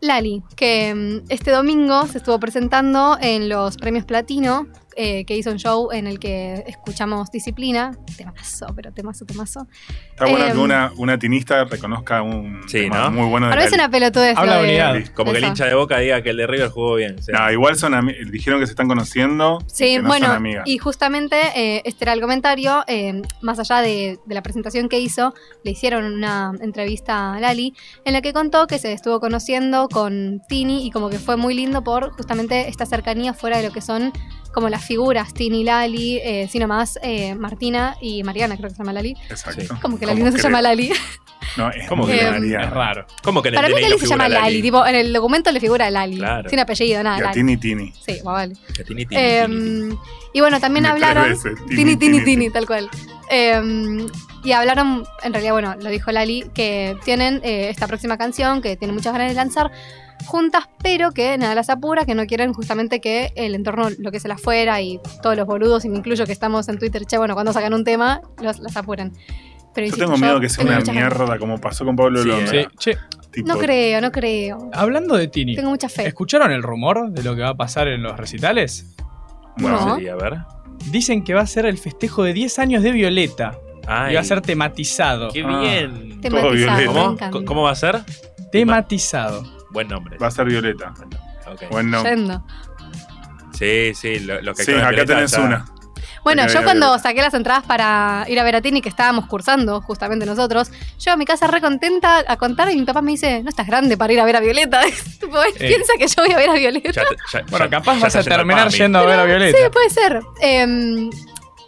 Lali, que mm, este domingo se estuvo presentando en los premios Platino, eh, que hizo un show en el que escuchamos Disciplina, temazo, pero temazo, temazo. Está bueno Eh, que una, una tinista reconozca un Sí, tema ¿no? muy bueno de Ahora es Lali. una pelotudez. Habla lo de unidad. Como que el Eso. hincha de boca diga que el de River jugó bien. o sea, No, igual son ami- dijeron que se están conociendo. y Sí, que no bueno, son amigas. y justamente eh, este era el comentario, eh, más allá de, de la presentación que hizo, le hicieron una entrevista a Lali, en la que contó que se estuvo conociendo con Tini y como que fue muy lindo por justamente esta cercanía fuera de lo que son como las figuras, Tini, Lali, eh, sino más eh, Martina y Mariana, creo que se llama Lali. Exacto. Sí. Como que ¿Cómo Lali no se crees? llama Lali. No, es ¿Cómo como que que Lali? Es raro. Como que en el Para mí DNI Lali no se figura llama Lali, tipo en el documento le figura Lali, Claro. sin apellido, nada, Y a Lali. Tini Tini. Sí, más vale. Que tini, tini, tini, tini. Em, y bueno, también Tres hablaron. veces, Tini, tini, tini, tal cual. Em, y hablaron, en realidad, bueno, lo dijo Lali, que tienen eh, esta próxima canción, que tienen muchas ganas de lanzar juntas, pero que nada las apura, que no quieren justamente que el entorno, lo que es el afuera y todos los boludos, y me incluyo que estamos en Twitter, che, bueno, cuando sacan un tema, los, las apuran. Pero, Yo insisto, tengo miedo que sea tengo una muchas ganas. mierda como pasó con Pablo Sí, Londra. Sí. Che, Tipo, No creo, no creo. hablando de Tini. Tengo mucha fe. ¿Escucharon el rumor de lo que va a pasar en los recitales? bueno, No. Sí, a ver. Dicen que va a ser el festejo de 10 años de Violeta. Ay, Y va a ser tematizado. Qué Ah. bien. Todo Tematizado, violento. me ¿Cómo? encanta. ¿Cómo va a ser? Tematizado. Buen nombre. va a ser Violeta. Ok. Bueno, Yendo. Sí, sí, lo, lo que sí, con el acá Violeta tenés está- una. Bueno, Tenía yo que cuando haber- saqué las entradas para ir a ver a Tini, que estábamos cursando justamente nosotros, yo a mi casa re contenta a contar y mi papá me dice, no estás grande para ir a ver a Violeta. [LAUGHS] tipo, él Eh. piensa que yo voy a ver a Violeta. Ya te- ya- Bueno, ya- capaz ya vas a está terminar al Pami. yendo a ver a Violeta. Sí, [LAUGHS] puede ser. Em,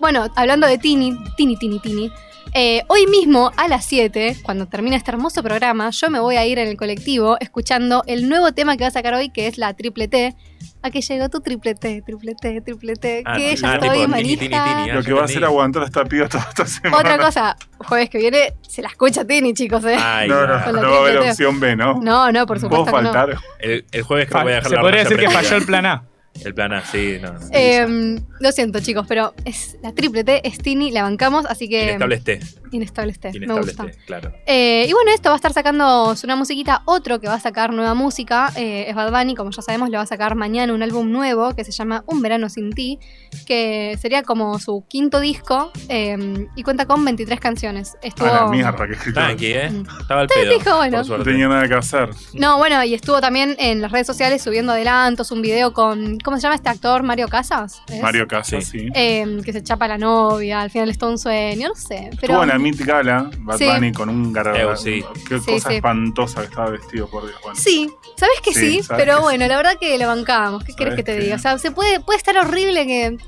bueno, hablando de Tini, Tini, Tini, Tini. eh, hoy mismo a las 7, cuando termina este hermoso programa, yo me voy a ir en el colectivo escuchando el nuevo tema que va a sacar hoy, que es la triple T. Aquí llegó tu triple T, triple T, triple T, Ah, que no, ya ah, tipo Tini, estoy Tini, manija. Tini, ah. ya Lo que va a entendí. hacer aguantar a esta piba toda [LAUGHS] esta semana. Otra cosa, jueves que viene se la escucha Tini, chicos, ¿eh? Ay, No, ah, no, Con la no va a haber triple T. opción B, ¿no? No, no, por ¿Puedo supuesto que no. faltar? El, el jueves creo que voy a Fa- dejar Se la podría raya decir que prendida. falló el plan A. El plan A, sí, no. no. Eh, lo siento, chicos, pero es la triple T, es Tini, la bancamos, así que. Inestable esté. Inestable T, me Inestable este. gusta. esté, claro. Eh, y bueno, esto va a estar sacando una musiquita. Otro que va a sacar nueva música eh, es Bad Bunny, como ya sabemos, le va a sacar mañana un álbum nuevo que se llama Un Verano Sin Ti, que sería como su quinto disco eh, y cuenta con 23 canciones. Estuvo. A la mierda que escritor. Tranqui, ¿eh? Mm. Estaba al Entonces pedo. dijo, bueno. por No suerte. tenía nada que hacer. No, bueno, y estuvo también en las redes sociales subiendo adelantos, un video con. ¿Cómo se llama este actor? Mario Casas. ¿es? Mario medio casa, Sí. sí. Eh, que se chapa la novia, al final es todo un sueño, no sé. Pero Estuvo en la Meet Gala, Bad Sí. Bunny, con un garra. Eh, sí. Qué Sí, cosa sí. espantosa que estaba vestido, por Dios. Bueno, Sí, sabes que Sí, sí, sabes que pero sí. bueno, la verdad que lo bancamos. ¿Qué Sabes querés que te que- diga? O sea, se puede, puede estar horrible que.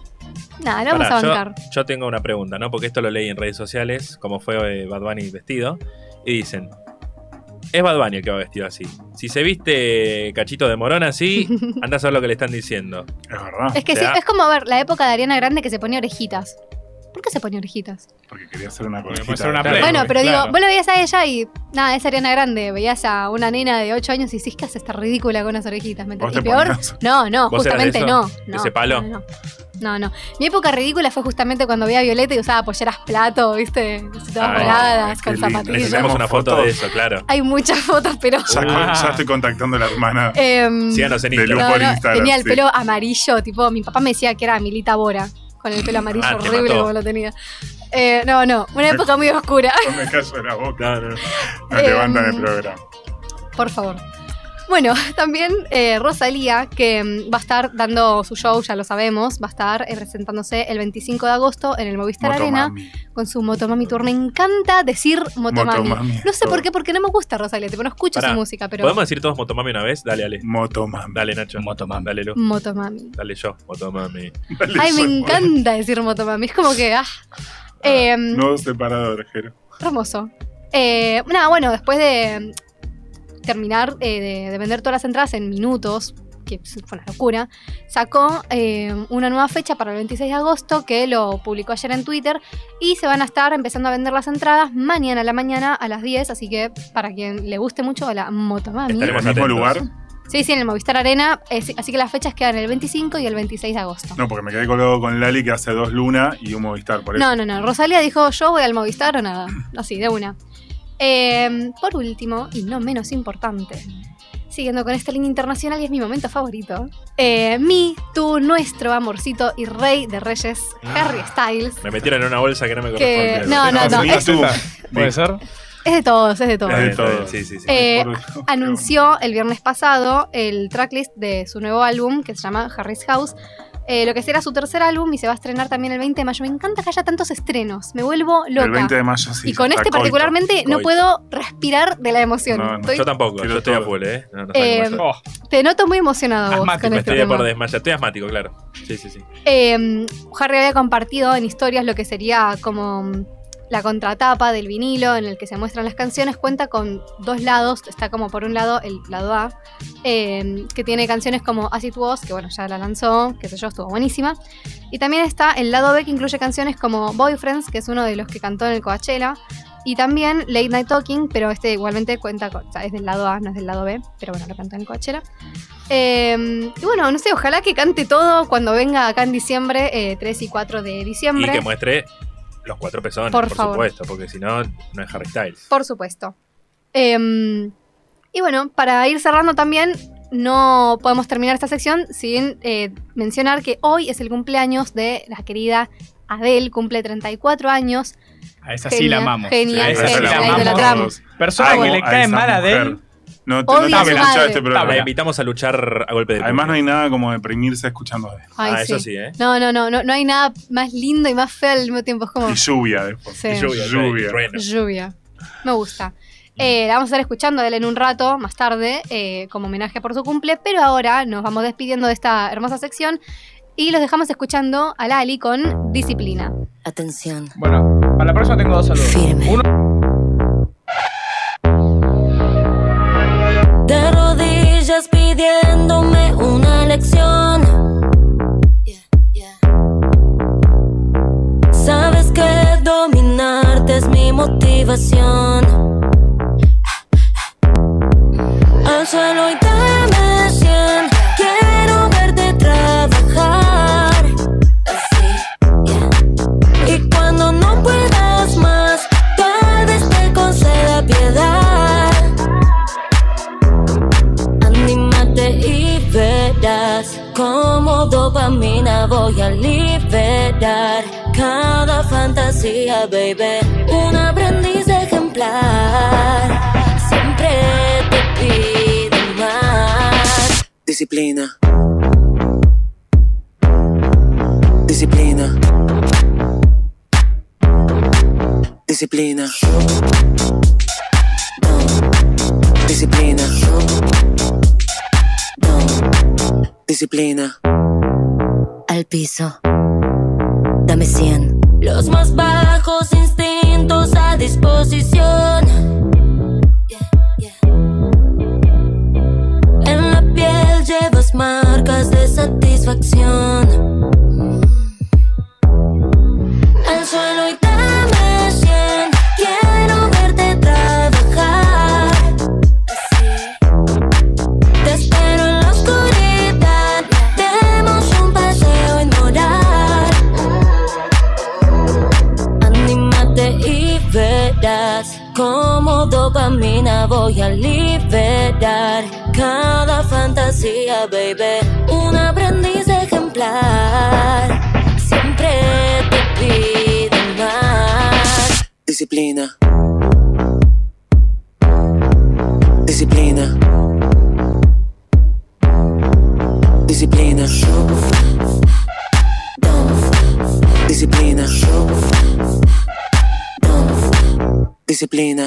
Nada, la vamos Pará, a yo- bancar. Yo, tengo una pregunta, ¿no? Porque esto lo leí en redes sociales, como fue eh, Bad Bunny vestido. Y dicen, es Bad Bunny el que va vestido así. Si se viste cachito de morón [LAUGHS] así, anda a saber lo que le están diciendo. es verdad, Es que te da- sí, es como a ver la época de Ariana Grande que se ponía orejitas. ¿Por qué se ponía orejitas? porque quería hacer una Porque corejita. puede ser una Claro. play. bueno, güey, pero claro. digo, vos la veías a ella y nada, es Ariana Grande. Veías a una nena de 8 años y decís que hace esta ridícula con unas orejitas. ¿me Vos entendés? te Y peor, ponías- No, no, ¿Vos eras de justamente eso? no. ¿De no, ese palo? No, no. No, no. Mi época ridícula fue justamente cuando veía a Violeta y usaba polleras plato, ¿viste? Todas Ay, voladas, qué con lindo. zapatillas. Ah, Necesitamos una foto fotos. de eso, claro. Hay muchas fotos, pero. Ya, con- Ah. ya estoy contactando a la hermana. em, Síganos en De Instagram. por Instagram, tenía el sí. pelo amarillo, tipo, mi papá me decía que era Milita Bora, con el pelo amarillo Ah, te horrible mató. como lo tenía. Eh, no, no, una época muy oscura, [LAUGHS] No [LAUGHS] me callo la boca. No, Ah, no, no. No Em, levantan el programa. por favor. Bueno, [LAUGHS] también eh, Rosalía, que mm, va a estar dando su show, ya lo sabemos, va a estar eh, presentándose el 25 de agosto en el Movistar Arena Motomami. con su Motomami Tour. Me encanta decir Motomami. Motomami. No sé por qué, porque no me gusta Rosalía, tipo, no escucho Pará, su música, pero ¿Podemos decir todos motomami una vez? Dale, Ale. Motomami. Dale, Nacho. Motomami. Dale, Lu. [LAUGHS] Motomami. Dale yo, motomami. Dale, Ay, me soy- encanta decir Motomami, es como que, ah. Em, Nuevo separador, Jero. Hermoso. Eh, nada, bueno, después de mm, terminar eh, de, de vender todas las entradas en minutos, que fue una locura, sacó eh, una nueva fecha para el 26 de agosto, que lo publicó ayer en Twitter, y se van a estar empezando a vender las entradas mañana a la mañana a las 10, así que para quien le guste mucho la Motomami. ¿En el Estaremos mismo atentos. lugar? Sí, sí, en el Movistar Arena, eh, sí, así que las fechas quedan el 25 y el 26 de agosto. No, porque me quedé colgado con Lali que hace dos Luna y un Movistar, por eso. No, no, no. Rosalía dijo, yo voy al Movistar o nada. Así, de una. Eh, por último, y no menos importante, siguiendo con esta línea internacional y es mi momento favorito, eh, mi, tú, nuestro amorcito y rey de reyes, Harry Styles. Me metieron en una bolsa que no me Que- corresponde. Ah, no, no, no. Amiga, Es, tú. ¿Puede ser? es de todos, es de todos. Está bien, de está bien, todos. Sí, sí, sí. Eh, Por Dios. anunció el viernes pasado el tracklist de su nuevo álbum que se llama Harry's House. eh, lo que será su tercer álbum y se va a estrenar también el 20 de mayo. Me encanta que haya tantos estrenos. Me vuelvo loca. El 20 de mayo, sí. y con está este coito. particularmente no coito. puedo respirar de la emoción. No, no, Estoy- yo tampoco, Quiero yo estoy a todo. full, ¿eh? No, no Eh, sé Oh, te noto muy emocionada vos Asmático, con me este estoy de por tema. desmayar. Estoy asmático, claro. Sí, sí, sí. Eh, Harry había compartido en historias lo que sería como mm, la contratapa del vinilo en el que se muestran las canciones. Cuenta con dos lados. Está como por un lado el lado A, eh, que tiene canciones como As It Was, que bueno, ya la lanzó, qué sé yo, estuvo buenísima. Y también está el lado B, que incluye canciones como Boyfriends, que es uno de los que cantó en el Coachella. Y también Late Night Talking, pero este igualmente cuenta, con, o sea, es del lado A, no es del lado B, pero bueno, lo cantó en el Coachella. Eh, y bueno, no sé, ojalá que cante todo cuando venga acá en diciembre, eh, 3 y 4 de Y que diciembre, muestre los cuatro pezones, por, Por favor. supuesto, porque si no, no es Harry Styles. por supuesto. Eh, y bueno, para ir cerrando también, no podemos terminar esta sección sin eh, mencionar que hoy es el cumpleaños de la querida Adele, cumple 34 años. a esa sí Genia, la amamos. genia, a esa sí Esa genia, la la amamos. idolatramos. Persona Amo que le a cae esa mal a mujer. Adele. No, te- Odia no a su te escuchaba madre. este programa. Está La bien. invitamos a luchar a golpe de Además, no puño. hay nada como deprimirse escuchando de Ay, Ah, sí. eso sí, ¿eh? No, no, no, no, no hay nada más lindo y más feo al mismo tiempo. Es como Y lluvia después. Sí. Y Lluvia, lluvia. Lluvia. trueno. lluvia. Me gusta. Eh, la vamos a estar escuchando de él en un rato, más tarde, eh, como homenaje por su cumple, pero ahora nos vamos despidiendo de esta hermosa sección y los dejamos escuchando a Lali con Disciplina. Atención. Bueno, para la próxima tengo dos saludos. Firme. Uno, De rodillas pidiéndome una lección. Sabes que dominarte es mi motivación. Al suelo y dame 100. Quiero verte trabajar. Y cuando no puedas más, tal vez te conceda piedad. Anímate y verás cómo dopamina voy a liberar cada fantasía, baby. Un aprendiz ejemplar siempre te pide más. Disciplina. Disciplina. Disciplina. Disciplina. al piso. Dame 100. Los más bajos instintos a disposición. En la piel llevas marcas de satisfacción. Mm. Al suelo y dame 100. Quiero verte trabajar. Te espero en la oscuridad. Demos un paseo inmoral. Anímate y verás cómo dopamina voy a liberar. Cada fantasía, baby, un aprendiz ejemplar. Siempre te pido más. Disciplina. Disciplina. Disciplina. Disciplina. Disciplina. Disciplina. Disciplina. Disciplina.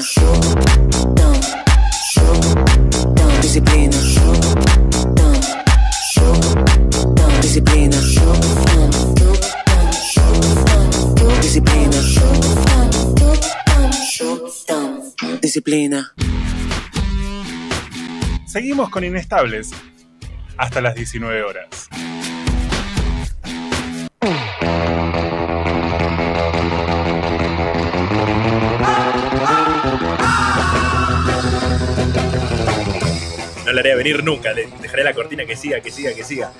Disciplina. Seguimos con Inestables hasta las 19 horas. No la haré venir nunca. le- Dejaré la cortina que siga, que siga, que siga.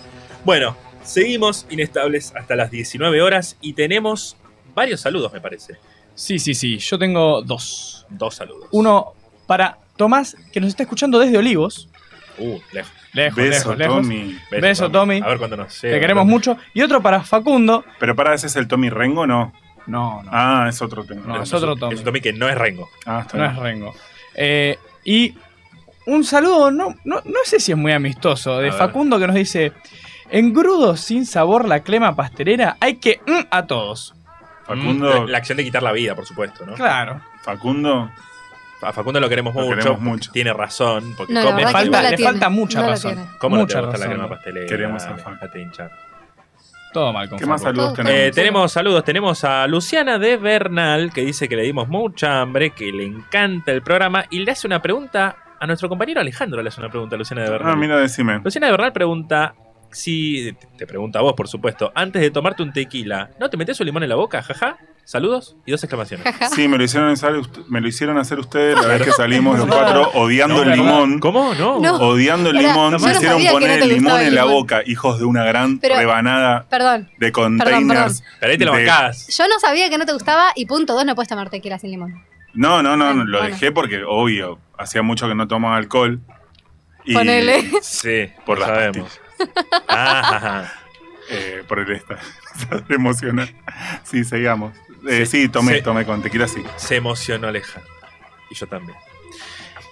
Bueno, seguimos inestables hasta las 19 horas y tenemos varios saludos, me parece. Sí, sí, sí. Yo tengo dos. Dos saludos. Uno para Tomás, que nos está escuchando desde Olivos. Uh, lejos. Lejos, Beso, lejos, lejos. Tommy. Beso, Tommy. A ver cuándo nos llega. Te queremos mucho. Y otro para Facundo. Pero para ese es el Tommy Rengo, no. No, no. Ah, es otro tema. No, Ah, es otro Tommy. Es un Tommy que no es Rengo. Ah, está No bien. es Rengo. Eh, y un saludo, no, no, no sé si es muy amistoso, de A ver. Facundo que nos dice: Engrudo sin sabor la crema pastelera, hay que mm, a todos. Facundo, Mm, La acción de quitar la vida, por supuesto, ¿no? Claro. Facundo, A Facundo lo queremos Lo mucho. queremos mucho. Tiene razón. Porque No, la come verdad que falta- no la le tiene. falta mucha No la razón. tiene. ¿Cómo no te mucha va a gustar la razón. crema pastelera? Queremos a Facundo. Dejate hinchar. Todo mal con ¿qué más Facundo. saludos Eh, tenemos? Eh, tenemos saludos, tenemos a Luciana de Bernal que dice que le dimos mucha hambre, que le encanta el programa y le hace una pregunta a nuestro compañero Alejandro, le hace una pregunta a Luciana de Bernal. Ah, mira, decime. Luciana de Bernal pregunta si, te pregunta a vos por supuesto, antes de tomarte un tequila, ¿no te metes un limón en la boca? Jaja, saludos y dos exclamaciones. [LAUGHS] Sí, me lo hicieron hacer, ust- me lo hicieron hacer ustedes la vez que salimos los cuatro odiando No, el ¿verdad? limón. ¿Cómo? No. No. Odiando el Era- limón, yo me no hicieron sabía que poner no te el limón gustaba el en la limón. boca, hijos de una gran Pero- rebanada Perdón. de containers. Pero ahí te la De- bancás. [LAUGHS] Yo no sabía que no te gustaba y punto dos, no puedes tomar tequila sin limón. No, no, no, no, lo Bueno. dejé porque, obvio, hacía mucho que no tomaba alcohol. Y, Ponele. Sí, Por lo las sabemos. Ah, ajá. eh, por el esta. [LAUGHS] emocional. Sí, sigamos. Eh, sí, tomé, Sí. tomé con tequila, sí. Se emocionó Alejandro. Y yo también.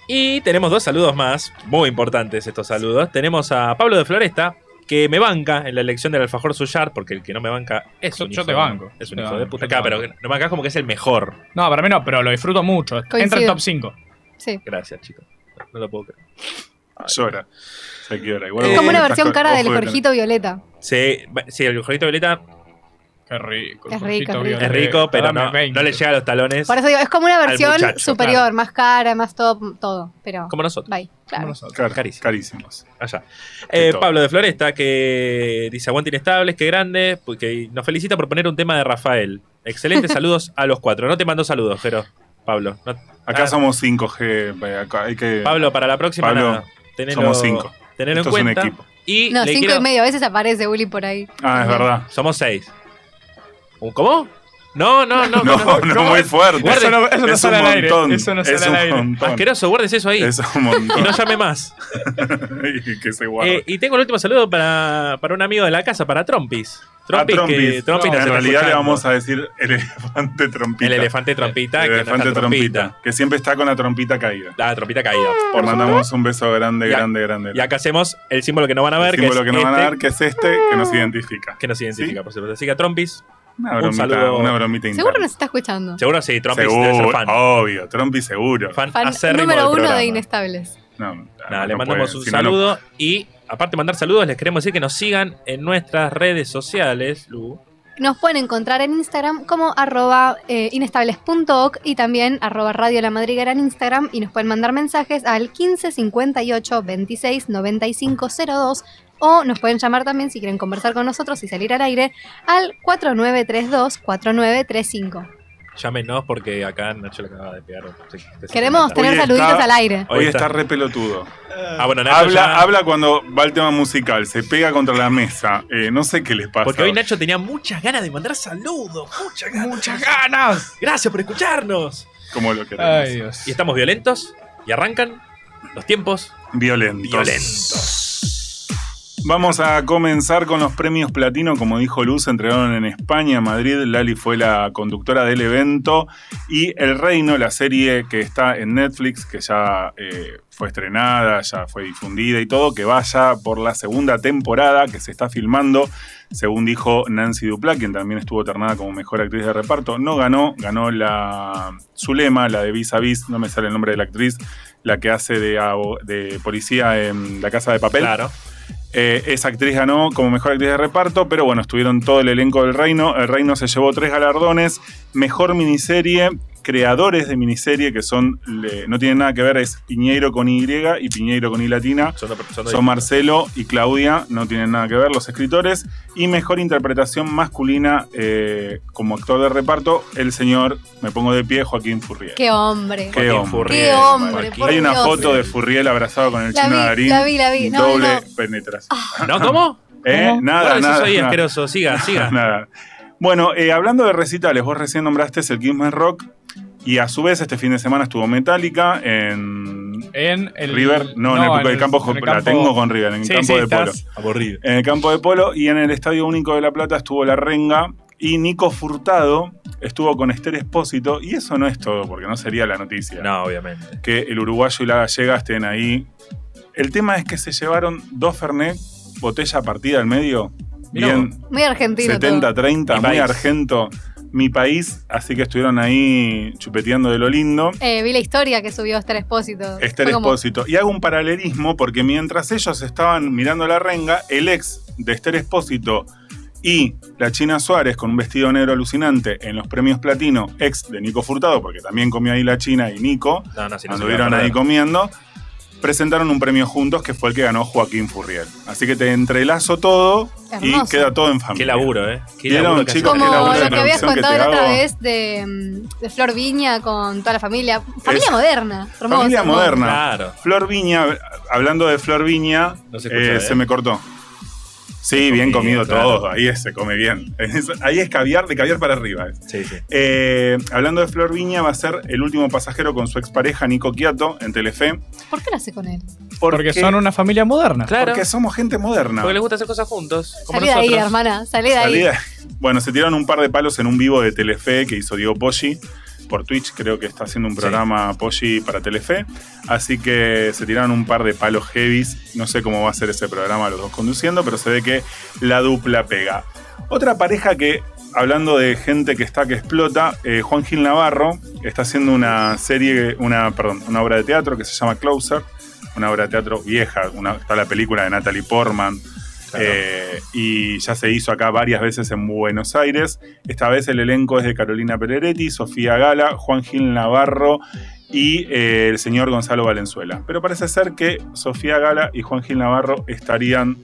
Y tenemos dos saludos más, muy importantes estos saludos. Tenemos a Pablo de Floresta, que me banca en la elección del alfajor Suyar, porque el que no me banca es Yo- un yo hijo te de- banco. Es un Te hijo de banco, puta. yo te Acá, pero banco. no bancás como que es el mejor. No, para mí no, pero lo disfruto mucho. Entra en Coincido. top 5. Sí. Gracias, chicos. No, no lo puedo creer. Llora. Se quiebra. Igual Es Es vos como una estás versión con- cara ojo del de- Jorgito Violeta. Sí, ba- sí, el jorjito Violeta Qué rico. Es el Jorgito rico, es rico. Violeta. es rico, pero Dame no, 20. no le llega a los talones Por eso digo, es como una versión muchacho, superior, claro. más cara, más top, todo. Pero. como nosotros. Bye, claro. Claro, Carísimo. carísimos. Allá. Qué Eh, top. Pablo de Floresta, que dice aguante inestables, que grande, porque nos felicita por poner un tema de Rafael. [LAUGHS] Excelentes saludos a los cuatro. No te mando saludos, pero Pablo. no- Acá Ah. somos 5G. eh, acá hay que, Pablo, para la próxima Pablo, nada, tenelo- somos cinco. tenelo en Esto es un cuenta. equipo. Y No, le cinco quiero- y medio veces aparece Willy por ahí. Ah, es verdad. Somos seis. ¿Un- ¿Cómo? No, no, no. [LAUGHS] No, no, muy fuerte. Guarden, Eso no, eso no es un sale al aire. montón. Eso no es sale un al aire. montón. Asqueroso, guardes eso ahí. Es un Y [LAUGHS] montón. no llame [LAUGHS] más. Y que se guarda. Eh, y tengo el último saludo para, para un amigo de la casa, para Trompis. Trompis, Ah, Trompis. que Trompis No, nos en está realidad le escuchando. vamos a decir el elefante trompita. El elefante trompita. El que no elefante está trompita, Que siempre está con la trompita caída. La trompita caída. Por mandamos un beso grande, Y a- grande, grande. Y acá hacemos el símbolo que no van a ver, el símbolo que que es nos van a este, dar, que es este, que nos identifica. que nos identifica, por supuesto. Así que Trompis, Una Un bromita, saludo. una bromita Seguro interna. nos está escuchando. Seguro sí, Trump Seguro, Oh. debe ser fan. Obvio, Trompi seguro. fan, Fan acérrimo del número uno programa. de Inestables. No, Nada, no le mandamos puede, un si no, no- saludo y aparte de mandar saludos, les queremos decir que nos sigan en nuestras redes sociales, Lu. Nos pueden encontrar en Instagram como arroba eh, inestables.oc y también arroba radio la madriguera en Instagram y nos pueden mandar mensajes al 15 58 26 95 02 o nos pueden llamar también si quieren conversar con nosotros y salir al aire al 4932 4935. Llámenos porque acá Nacho le acaba de pegar. un- sí, te- Queremos te- tener Hoy saluditos está- al aire. Hoy Hoy está está. re pelotudo. Ah, bueno, Nacho ya- Habla, habla cuando va el tema musical, se pega contra la mesa. Eh, no sé qué les pasa. Porque hoy Nacho tenía muchas ganas de mandar saludos. Muchas ganas. ¡Muchas ganas! Gracias por escucharnos. Como lo queremos. Ay, Dios. Y estamos violentos y arrancan los tiempos Violentos. violentos. Vamos a comenzar con los premios platino. Como dijo Luz, se entregaron en España, Madrid. Lali fue la conductora del evento. Y El Reino, la serie que está en Netflix, que ya eh, fue estrenada, ya fue difundida y todo, que vaya por la segunda temporada que se está filmando. Según dijo Nancy Dupla, quien también estuvo ternada como mejor actriz de reparto, no ganó, ganó la Zulema, la de Vis a Vis, no me sale el nombre de la actriz, la que hace de, abo- de policía en La Casa de Papel. Claro. Eh, esa actriz ganó como mejor actriz de reparto, pero bueno, estuvieron todo el elenco del reino. El reino se llevó tres galardones. Mejor miniserie, creadores de miniserie, que son, le- no tienen nada que ver, es Piñeiro con Y y Piñeiro con I latina. Son, dos- son dos- Son Marcelo y Claudia, no tienen nada que ver los escritores. Y mejor interpretación masculina eh, como actor de reparto, el señor, me pongo de pie, Joaquín Furriel. qué hombre. Qué Joaquín hombre. Furriel, Qué hombre, Joaquín. por Hay una Dios. foto de Furriel abrazado con el La chino vi, Darín. la vi, la vi. No, Doble no. Ah. penetración. ¿No? ¿Cómo? ¿Eh? ¿Cómo? Nada, Bueno, nada. Yo soy nada. asqueroso. [LAUGHS] Siga, siga. Nada. Bueno, eh, hablando de recitales, vos recién nombraste el Kingman Rock y a su vez este fin de semana estuvo Metallica en En el River, no, en el, porque el campo, en el la campo- tengo con River, en el Sí, campo sí, de polo. estás- Aburrido. En el campo de polo y en el Estadio Único de La Plata estuvo La Renga y Nico Furtado estuvo con Esther Espósito y eso no es todo, porque no sería la noticia No, obviamente. que el uruguayo y la gallega estén ahí. El tema es que se llevaron dos Fernet, botella partida al medio, Mirá bien, Muy argentino. todo. 70-30, Mi muy país. argento. Mi país, así que estuvieron ahí chupeteando de lo lindo. Eh, vi la historia que subió Esther Espósito. Esther Fue como- Espósito. Y hago un paralelismo porque mientras ellos estaban mirando la renga, el ex de Esther Espósito y la China Suárez con un vestido negro alucinante en los premios platino, ex de Nico Furtado, porque también comió ahí la China y Nico, No, no, si no se anduvieron me va a ahí perder. comiendo, presentaron un premio juntos que fue el que ganó Joaquín Furriel. Así que te entrelazo todo y Hermoso. queda todo en familia. Qué laburo, ¿eh? Qué Vieron, laburo que chicos, hacen. qué laburo Como de lo que habías producción que contado te la otra hago. vez de, mm, de Flor Viña con toda la familia. Familia Es- moderna. hermoso, Familia hermoso. moderna. Claro. Flor Viña, hablando de Flor Viña, No se escucha, eh, ¿eh? se me cortó. Sí, Se bien come comido bien, claro. todo, ahí es, se come bien. [LAUGHS] Es- ahí es caviar, de caviar para arriba. es. Sí, sí. Eh, hablando de Flor Viña, va a ser el último pasajero con su expareja Nico Quiato en Telefe. ¿Por qué lo hace con él? Porque son una familia moderna. Claro. porque somos gente moderna. Porque les gusta hacer cosas juntos. Como Salí de ahí, nosotros. hermana. Salí de ahí. Salida- Bueno, se tiraron un par de palos en un vivo de Telefe que hizo Diego Poggi. Por Twitch creo que está haciendo un programa Poggi para Telefe. Así que se tiraron un par de palos heavies. No sé cómo va a ser ese programa los dos conduciendo, pero se ve que la dupla pega. Otra pareja que, hablando de gente que está que explota, eh, Juan Gil Navarro está haciendo una serie, una, perdón, una obra de teatro que se llama Closer. Una obra de teatro vieja. Una, está la película de Natalie Portman. Claro. Eh, y ya se hizo acá varias veces en Buenos Aires. Esta vez el elenco es de Carolina Pereretti, Sofía Gala, Juan Gil Navarro y eh, el señor Gonzalo Valenzuela. Pero parece ser que Sofía Gala y Juan Gil Navarro estarían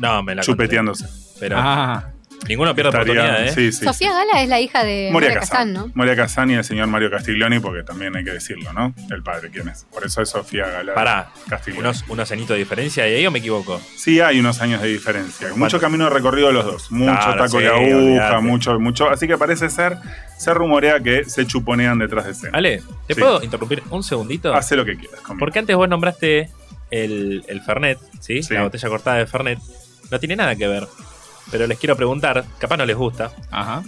No, me la conté. chupeteándose. Pero Ah, ninguno pierde oportunidad, Estarían, ¿eh? sí, sí, Sofía Gala es la hija de sí. Moria Moria Kazan, Casán. ¿no? Moria Casán y el señor Mario Castiglioni, porque también hay que decirlo, ¿no? El padre, ¿quién es? Por eso es Sofía Gala. Pará. Castiglioni. Unos, unos cenitos de diferencia y ahí o me equivoco. Sí, hay unos años de diferencia. Mucho camino recorrido de los dos. Mucho Claro, taco de sí, aguja, olvidate. mucho, mucho. Así que parece ser, se rumorea que se chuponean detrás de escena. Ale, ¿te Sí. Ah, puedo interrumpir un segundito? Hace lo que quieras conmigo. Porque antes vos nombraste el, el Fernet, ¿sí? Sí. La botella cortada de Fernet. No tiene nada que ver. Pero les quiero preguntar, capaz no les gusta. ajá.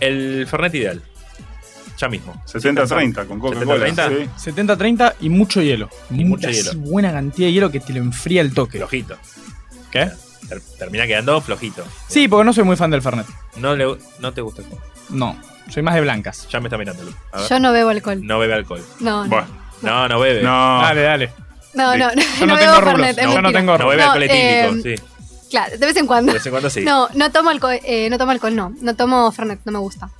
El Fernet ideal. Ya mismo. 70-30 con Coca-Cola. 70-30. sí. 70-30 y mucho hielo. Y mucho Así, hielo. buena cantidad de hielo que te lo enfría el toque. Flojito. ¿Qué? Ter- termina quedando flojito. Sí, porque no soy muy fan del Fernet. No, le, no te gusta el alcohol. No, soy más de blancas. Ya me está mirando, Lu. A ver. Yo no bebo alcohol. No bebe alcohol. No, no. Bueno, No, no bebe. no. Dale, dale. No, no, no, Yo no, tengo bebo rulos. Fernet, es no, yo no mentira. tengo No rulos. bebe No, alcohol etílico, eh, sí. Claro, de vez en cuando. De Pues vez en cuando sí. No, No, no tomo alcohol, eh, no tomo alcohol, no. No tomo Fernet, no me gusta. hay,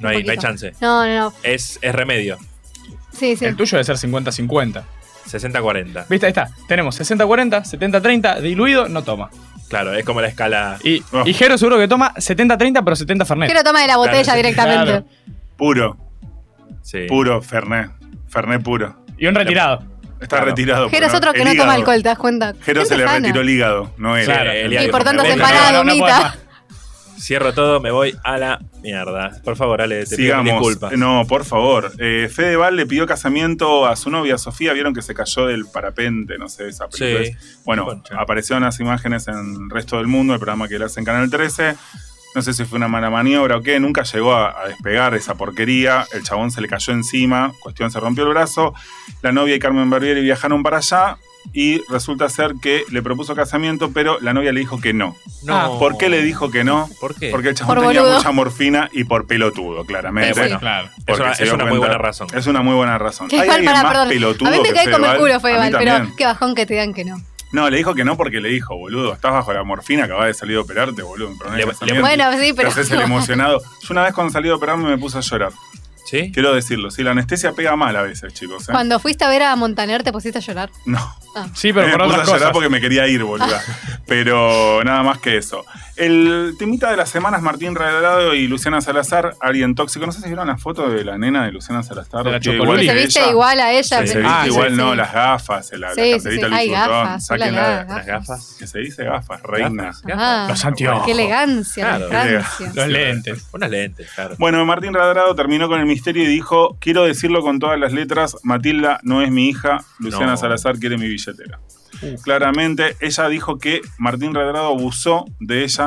un no hay poquito. chance. No, no, no. Es, es remedio. Sí, sí. El tuyo debe ser 50-50. 60-40. ¿Viste? Ahí está. Tenemos 60-40, 70-30, diluido, no toma. Claro, es como la escala. Y, Oh. y Jero seguro que toma 70-30, pero 70 Fernet. Pero toma de la botella Claro, sí, directamente. claro. Puro, Sí. puro, Fernet. Fernet puro. Y un retirado. Está Claro. retirado. Jero es pero otro que el no toma hígado. alcohol, ¿te das cuenta? Jero se Gente le sana. retiró el hígado, no él. Claro, el hígado. Y por tantas Me- empanadas, no, no, no gomita. puedo Cierro todo, me voy a la mierda. Por favor, Ale, te pido Sigamos. disculpas. No, por favor. Eh, Fedeval le pidió casamiento a su novia Sofía. Vieron que se cayó del parapente, no sé, esa película. Sí. es- Bueno, Concha. aparecieron las imágenes en el resto del mundo, el programa que él hace en Canal 13. No sé si fue una mala maniobra o qué, nunca llegó a, a despegar esa porquería. El chabón se le cayó encima, cuestión se rompió el brazo. La novia y Carmen Barbieri viajaron para allá y resulta ser que le propuso casamiento, pero la novia le dijo que no. No. Ah, ¿Por qué le dijo que no? ¿Por qué? Porque el chabón Por tenía boludo. mucha morfina y por pelotudo, claramente. Sí, sí. Bueno, Claro. porque una- se es dio una muy buena razón. Es una muy buena razón. Que ¿Hay igual, alguien pará, más perdón. pelotudo A mí me que cae como el Fedeval? culo, A mí Fedeval, pero también. qué bajón que te digan que no. No, le dijo que no porque le dijo, boludo, estás bajo la morfina, acabas de salir de operarte, boludo. un problema de Le- le- casamiento. Bueno, sí, Te pero. haces el emocionado. Yo una vez cuando salí de operarme me puse a llorar. ¿Sí? Quiero decirlo, sí, la anestesia pega mal a veces, chicos. ¿eh? Cuando fuiste a ver a Montaner te pusiste a llorar. No. Sí, pero [LAUGHS] me por puse a otras llorar cosas. porque me quería [LAUGHS] ir, boluda. Pero nada más que eso. El temita de las semanas, Martín Regalado y Luciana Salazar, alguien tóxico. No sé si vieron la foto de la nena de Luciana Salazar. De la que Igual Que Chocoluli. que se viste ella. igual a ella. Que se pero- viste Ah, sí, igual, no, sí. las gafas, la, la Sí, sí, carterita sí. Louis Hay Vuitton. gafas, Saquen hola, la- gafas. las gafas. Que se dice gafas, reina. Gafas, Ah, Los anteojos. Qué elegancia, Claro, qué elegancia. Los lentes. Unas lentes, [LAUGHS] claro. Bueno, Martín Radrado terminó con el misterio y dijo: Quiero decirlo con todas las letras, Matilda no es mi hija, Luciana No. Salazar quiere mi billetera. Claramente, ella dijo que Martín Radrado abusó de ella.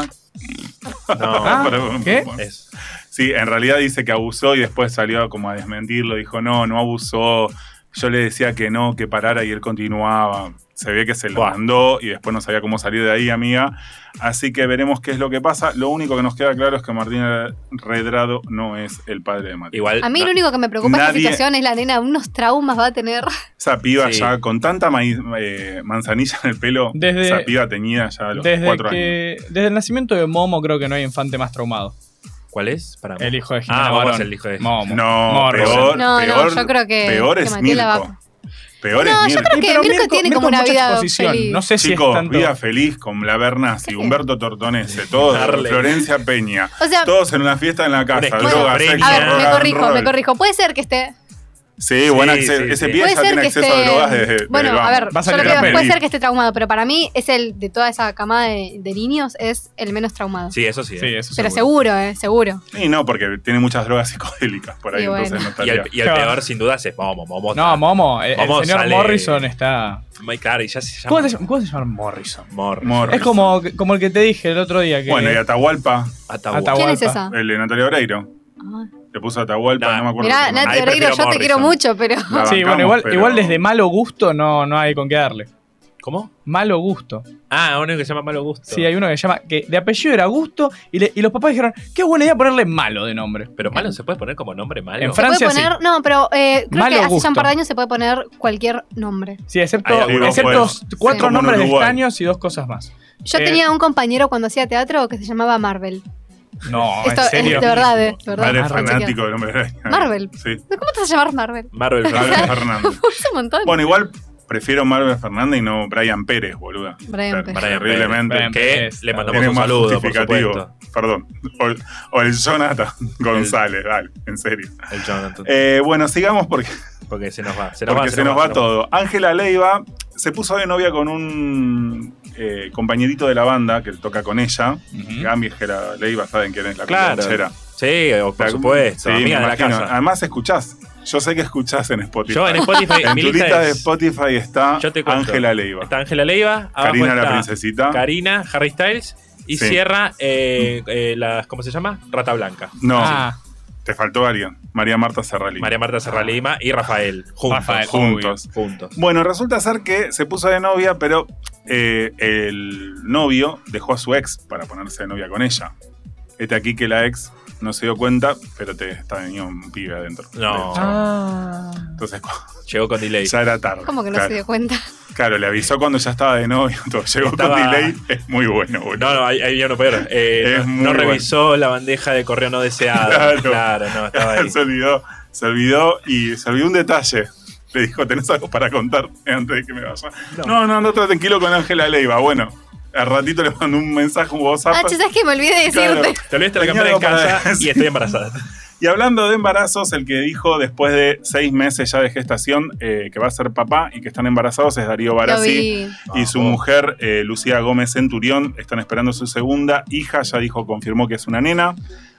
No, Ah, ¿qué? es- Sí, en realidad dice que abusó y después salió como a desmentirlo. Dijo: No, no abusó. Yo le decía que no, que parara y él continuaba. Se ve que se lo Buah. mandó y después no sabía cómo salir de ahí, amiga. Así que veremos qué es lo que pasa. Lo único que nos queda claro es que Martín Redrado no es el padre de Matilda. igual. A mí no, lo único que me preocupa es la Nadie- situación es la nena, unos traumas va a tener. Esa piba Sí. ya con tanta maíz- eh, manzanilla en el pelo, Desde- esa piba teñida ya a los Desde, cuatro años. que, desde el nacimiento de Momo creo que no hay infante más traumado. ¿Cuál es? Para El hijo de Jimena Ah, Barón. vamos el hijo de Momo. No, Morro. peor, No, no, peor, yo creo que- peor que es Matilda Mirko. va- Peor No, yo es Mirko. creo que pero Mirko tiene como es una mucha vida exposición. feliz. No sé si es Chicos, tanto. vida feliz con la Bernasi, Humberto Tortonese, todos, Harley. Florencia Peña, O sea, todos en una fiesta en la casa, esquizofrenia. droga, Bueno, sexo, a ver, rock me and corrijo, me roll. corrijo. Puede ser que esté. Sí, bueno, Sí, acce- sí, sí. ese pibe Puede ya ser tiene que acceso esté. a drogas desde desde bueno, el a ver, banco. Va a yo salir lo que la veo- puede peli. ser que esté traumado, pero para mí es el de toda esa cama de, de niños, es el menos traumado. Sí, eso sí. Sí, eh. eso pero seguro, eh, seguro. Y no, porque tiene muchas drogas psicodélicas por ahí, Y bueno. entonces no Y estaría. el, y el Claro. peor, sin dudas, es Momo. Momo No, Momo, eh, Momo el señor sale- Morrison está... Muy claro, y ya se llama. ¿Cómo se, llama- cómo se llama Morrison? Morris. Morris. Es como, como el que te dije el otro día. Que Bueno, y Atahualpa, Ataúd. Atahualpa. ¿Quién es esa? el de Natalia Oreiro. Ah. Le puso Atahualpa, Nah. no me acuerdo. Mirá, su nombre. Nat- Nati Ahí Oreiro, yo prefiero te quiero Morrison. mucho, pero. La sí, bancamos, bueno, igual, pero- igual desde malo gusto no, no hay con qué darle. ¿Cómo? Malo gusto. Ah, uno que se llama Malo Gusto. Sí, hay uno que se llama, que de apellido era Gusto, y, le- y los papás dijeron, qué buena idea ponerle malo de nombre. Pero malo se puede poner como nombre malo. En Se puede Francia, poner, no, pero eh, creo Malo que hace gusto. ya un par de años se puede poner cualquier nombre. Sí, excepto, Hay algunos excepto juegos. cuatro Como en nombres de pues. Uruguay. estaños y dos cosas más. Yo Eh, tenía un compañero cuando hacía teatro que se llamaba Marvel. No, Esto Oh, en es serio. de verdad, eh, de verdad. Padre Marvel, fanático del hombre araña. Marvel. Sí, chequeo. ¿Cómo te vas a llamar Marvel? Marvel [LAUGHS] Marvel Fernández. Fernández. Es un montón. Bueno, igual prefiero Marvel Fernández y no Brian Pérez, boluda. Brian Pérez. Terriblemente. Brian Que Fernández. le mandamos Tiene un más saludo, por justificativo. supuesto. Perdón. O, o el Jonathan González, dale, en serio. El Jonathan. Eh, bueno, sigamos porque porque se nos va. Se nos Porque va, se nos va todo. Ángela Leiva se puso de novia con un eh, compañerito de la banda que toca con ella. Ujú. Ángela Leiva, saben quién es la Claro. cucaracha. Sí, o por supuesto. Sí, amiga me de la imagino. casa. Además, escuchás. Yo sé que escuchás en Spotify. Yo en Spotify. en mi tu lista lista de es- Spotify está Yo te cuento. Ángela Leiva. Está Ángela Leiva. abajo Karina la está princesita. Karina, Harry Styles. Y Sí. cierra eh, eh, las- ¿Cómo se llama? Rata Blanca. no, Ah, te faltó alguien. María Marta Serralini. María Marta Serralima y Rafael. Juntos. Rafael, Ah. juntos. obvio, Juntos. Bueno, resulta ser que se puso de novia, pero eh, el novio dejó a su ex para ponerse de novia con ella. Este aquí que la ex no se dio cuenta, pero te está venido un pibe adentro. No. Ah. Entonces cu- Llegó con delay. ya era tarde. Como que no claro, se dio cuenta. Claro, le avisó cuando ya estaba de novio. [LAUGHS] todo. Llegó Estaba- con delay. Es muy bueno, boludo. [LAUGHS] No, no, ahí ahí había uno peor. Eh, Es no- muy no bueno. revisó la bandeja de correo no deseado. [LAUGHS] Claro. Claro, no, estaba ahí. se olvidó. Se olvidó y se olvidó un detalle. Le dijo, ¿tenés algo para contar [LAUGHS] antes de que me vaya? No, no, no, está tranquilo con Ángela Leiva. Bueno, al ratito le mandó un mensaje, un WhatsApp. Ah, che, ¿sabes que me olvidé de Claro. decirte? Te olvidaste la Tenía cámara en algo para casa decir. y estoy [LAUGHS] embarazada. Y hablando de embarazos, el que dijo después de seis meses ya de gestación eh, que va a ser papá y que están embarazados es Darío Lo Barassi vi. y su mujer eh, Lucía Gómez Centurión. Están esperando su segunda hija, ya dijo, confirmó que es una nena.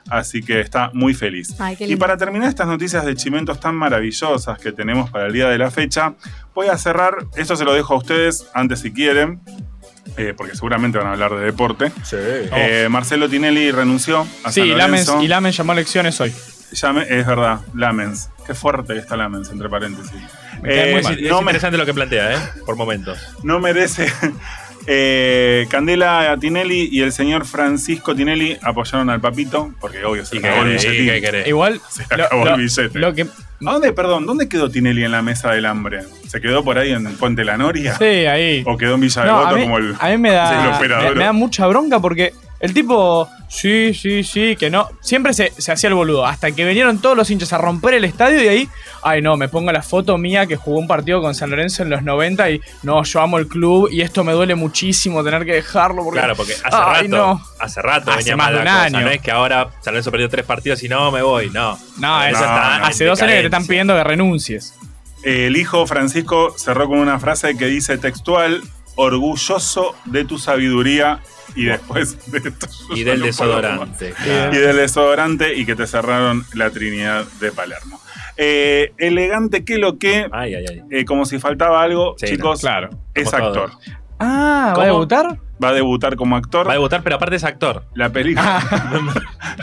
Así que está muy feliz. Ay, qué Y lindo. para terminar estas noticias de chimentos tan maravillosas que tenemos para el día de la fecha, voy a cerrar, esto se lo dejo a ustedes antes si quieren, eh, porque seguramente van a hablar de deporte. Eh, Marcelo Tinelli renunció a Sí, San Lamens, Lorenzo. y Lamens llamó a elecciones hoy. Llame- es verdad, Lamens. Qué fuerte que está Lamens, entre paréntesis. Me cae Eh, muy mal. no, es me- interesante lo que plantea, ¿eh? Por momentos. no merece. [LAUGHS] Eh, Candela Tinelli y el señor Francisco Tinelli apoyaron al papito, porque obvio se ¿Y le qué acabó el querés? ¿Y qué billetín. querés? Igual. [LAUGHS] Se le acabó el billete. lo que, ¿A dónde, perdón, dónde quedó Tinelli en la mesa del hambre? ¿Se quedó por ahí en Puente La Noria? sí, ahí. ¿O quedó en Villa No, Devoto a, mí, como el.? a mí me el da, operador? me, me da mucha bronca porque el tipo, sí, sí, sí, que no. Siempre se, se hacía el boludo. Hasta que vinieron todos los hinchas a romper el estadio y ahí, ay no, me pongo la foto mía que jugó un partido con San Lorenzo en los 90 y no, yo amo el club y esto me duele muchísimo tener que dejarlo. Porque, Claro, porque hace ay, rato, No, hace rato Hace venía más mal de la un cosa. año. No es que ahora San Lorenzo perdió tres partidos y no me voy, no. no, es- no, hace dos años que te están pidiendo que renuncies. El hijo Francisco cerró con una frase que dice textual: orgulloso de tu sabiduría. Y después de esto. yo Y ya del no puedo más. desodorante. y del desodorante y que te cerraron la Trinidad de Palermo. Eh, elegante que lo que, Ay, ay, ay. eh, como si faltaba algo, Sí, chicos, Claro. es como actor. Ah, ¿va ¿Cómo? a debutar? Va a debutar como actor. Va a debutar, pero aparte es actor. La película, [LAUGHS]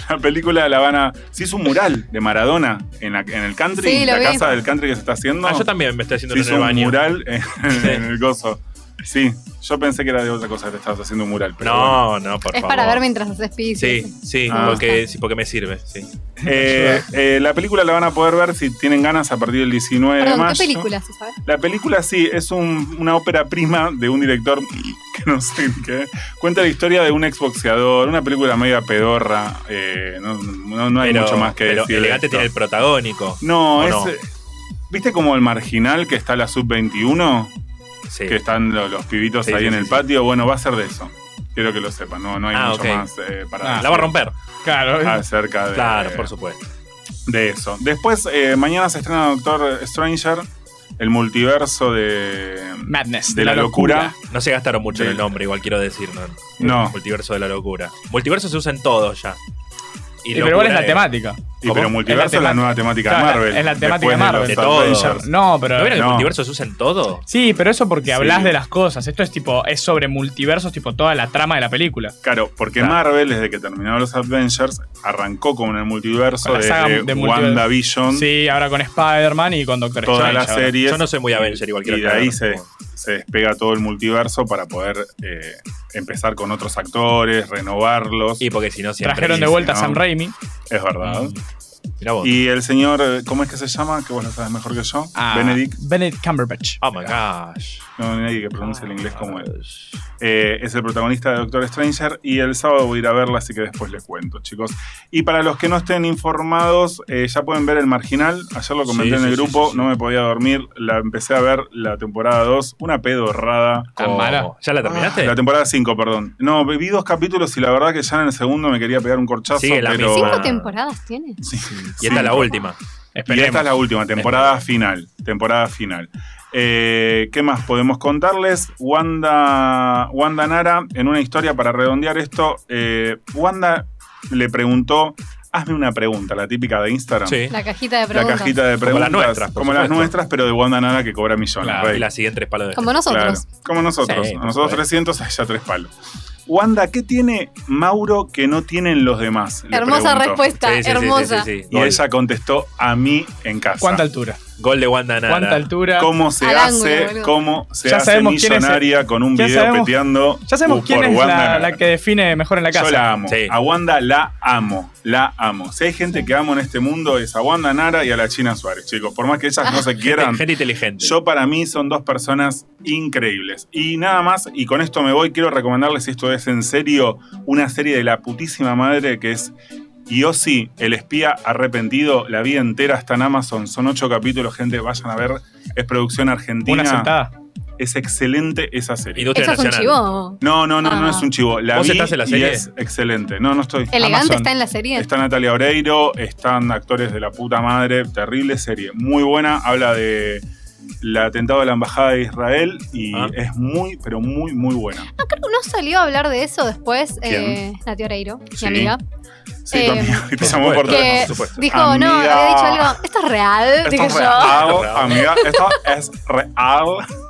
la película de La Habana. Se hizo un mural de Maradona en, la- en el country, Sí, en lo la vi. casa del country que se está haciendo. Ah, yo también me estoy haciendo se en hizo el un baño. mural en, Sí. en el gozo. Sí, yo pensé que era de otra cosa que te estabas haciendo un mural. Pero bueno. No, no, por Es favor. para ver mientras haces pis. Sí, Eh, sí, Ah. porque, sí, porque me sirve. Sí. Eh, eh, la película la van a poder ver si tienen ganas a partir del 19 de Perdón, ¿qué mayo. película se sabe? La película sí, es un- una ópera prima de un director [LAUGHS] que no sé qué. Cuenta la historia de un exboxeador, una película media pedorra. eh, no, no- no hay pero, mucho más que pero decir. de Elegante esto. tiene el protagónico. No, ¿o es. eh, no? ¿Viste como el marginal que está la sub-21? Sí. Que están lo- los, pibitos Sí, ahí sí, en sí, el sí. patio. Bueno, va a ser de eso. Quiero que lo sepan. No, no hay Ah, mucho ok. más eh, para. Ah, la va a romper. Claro. Ah, Acerca de, Claro, por supuesto. de eso. Después, eh, mañana se estrena Doctor Stranger, el multiverso de. Madness. de la locura. No se gastaron mucho en Sí. el nombre, igual quiero decir. No. No. Multiverso de la locura. Multiverso se usa en todo ya. Y pero igual es la locura temática. Y ¿Cómo? pero multiverso Es la es la, tema- nueva temática Claro, de Marvel. es la temática Después Marvel. los De todo. Avengers. No, pero. ¿No vieron que No. el multiverso se usa en todo? Sí, pero eso porque Sí. hablas de las cosas. Esto es tipo, es sobre multiversos, tipo toda la trama de la película. Claro, porque Claro. Marvel, desde que terminaron los Avengers, arrancó con el multiverso Con la saga de, de multiverso. WandaVision, Sí, ahora con Spider-Man y con Doctor todas Strange. las ahora. series. Yo no soy muy Avenger, igual y quiero de aclarar. ahí se, se despega todo el multiverso para poder eh, empezar con otros actores, renovarlos. Y porque si no, siempre. Trajeron de dicen, vuelta a ¿no? Sam Raimi. es verdad. Mirá vos. Y el señor, eh, ¿cómo es que se llama? Que vos lo sabes mejor que yo. a Benedict. Ah, Benedict Cumberbatch. Oh my gosh. No hay nadie que pronuncie el inglés como él. Eh, es el protagonista de Doctor Stranger y el sábado voy a ir a verla, así que después les cuento, chicos. Y para los que no estén informados, eh, ya pueden ver El Marginal. Ayer lo comenté Sí, en sí, el sí, grupo, sí, sí. no me podía dormir. La empecé a ver la temporada 2, una pedorrada. Tan ¿Cómo? mala. ¿Ya la terminaste? Ah, La temporada 5, perdón. No, vi dos capítulos y la verdad que ya en el segundo me quería pegar un corchazo, Sigue la misma. pero... ¿Cinco Ah. temporadas tiene? Sí, y esta es la cinco. última. Y Esperemos. esta es la última, temporada final. Temporada final. Eh, ¿Qué más podemos contarles? Wanda, Wanda Nara, en una historia para redondear esto, eh, Wanda le preguntó, hazme una pregunta, la típica de Instagram. Sí. La cajita de La preguntas. cajita de preguntas. Como las nuestras, por Como las supuesto. nuestras, pero de Wanda Nara que cobra millones. Claro, rey. y la siguen tres palos de. Como Claro, nosotros. como nosotros. Sí, por nosotros supuesto. 300, allá tres palos. Wanda, ¿qué tiene Mauro que no tienen los demás? Le Hermosa preguntó. respuesta, Sí, sí, sí, hermosa. sí, sí, sí. Y Gol. ella contestó a mí en casa. ¿Cuánta altura? Gol de Wanda Nara. ¿Cuánta altura? ¿Cómo se Al hace, ángulo, boludo. cómo se Ya hace sabemos quién es el- millonaria con un ya video sabemos- peteando? Ya sabemos Uh, por quién es Wanda la, Nara? la que define mejor en la casa. Yo la amo. Sí. A Wanda la amo. La amo. Si hay gente que amo en este mundo es a Wanda Nara y a la China Suárez, chicos. Por más que ellas [LAUGHS] no se quieran, Gente, gente inteligente. yo para mí son dos personas increíbles. Y nada más, y con esto me voy, quiero recomendarles, si esto es en serio, una serie de la putísima madre que es Yossi, el espía arrepentido, la vida entera está en Amazon. Son ocho capítulos, gente, vayan a ver. Es producción Una argentina. sentada. Es excelente esa serie. Industria Eso es un Nacional. chivo. No, no, no, no Ah. es un chivo. La ¿Vos vi estás en la y serie? es excelente. No, no estoy. Elegante Amazon. está en la serie. Está Natalia Oreiro, están actores de la puta madre, terrible serie, muy buena, habla de el atentado a la embajada de Israel y Ah. es muy, pero muy, muy buena. Creo que no salió a hablar de eso después ¿Quién? eh, Nati Oreiro, mi Sí. amiga. Sí, Eh, conmigo, y te llamó por supuesto. teléfono. Que por supuesto. dijo, no, Amiga. había dicho algo, esto es real, Esto dije es yo. real, Real. amiga, esto es real, [LAUGHS]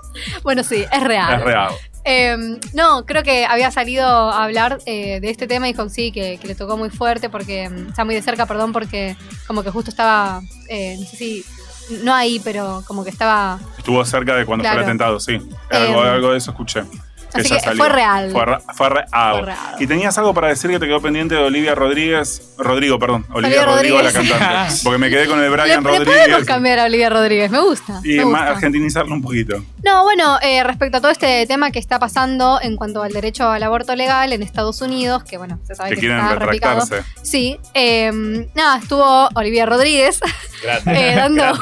Bueno, sí, es real. es real. Eh, no, creo que había salido a hablar eh, de este tema y dijo sí, que, que le tocó muy fuerte porque, mm, o sea, muy de cerca, perdón, porque como que justo estaba, eh, no sé si, no ahí, pero como que estaba, Estuvo cerca de cuando fue Claro. el atentado, sí. Algo, Eh, algo de eso escuché. que así ya que salió. fue real. Fue, re- fue real. real. Y tenías algo para decir que te quedó pendiente de Olivia Rodríguez. Rodrigo, perdón. Olivia, Olivia Rodrigo, Rodríguez. la [LAUGHS] cantante. Porque me quedé con el Le, le Brian podemos Rodríguez. cambiar a Olivia Rodríguez, me gusta. Y me más gusta. argentinizarlo un poquito. No, bueno, eh, respecto a todo este tema que está pasando en cuanto al derecho al aborto legal en Estados Unidos, que bueno, se sabe que que, quieren está replicado. retractarse. Sí, eh, nada, estuvo Olivia Rodríguez Grande. eh, dando Grande.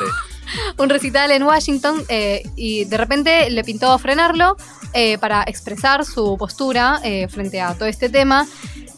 un recital en Washington eh, y de repente le pintó frenarlo eh, para expresar su postura eh, frente a todo este tema.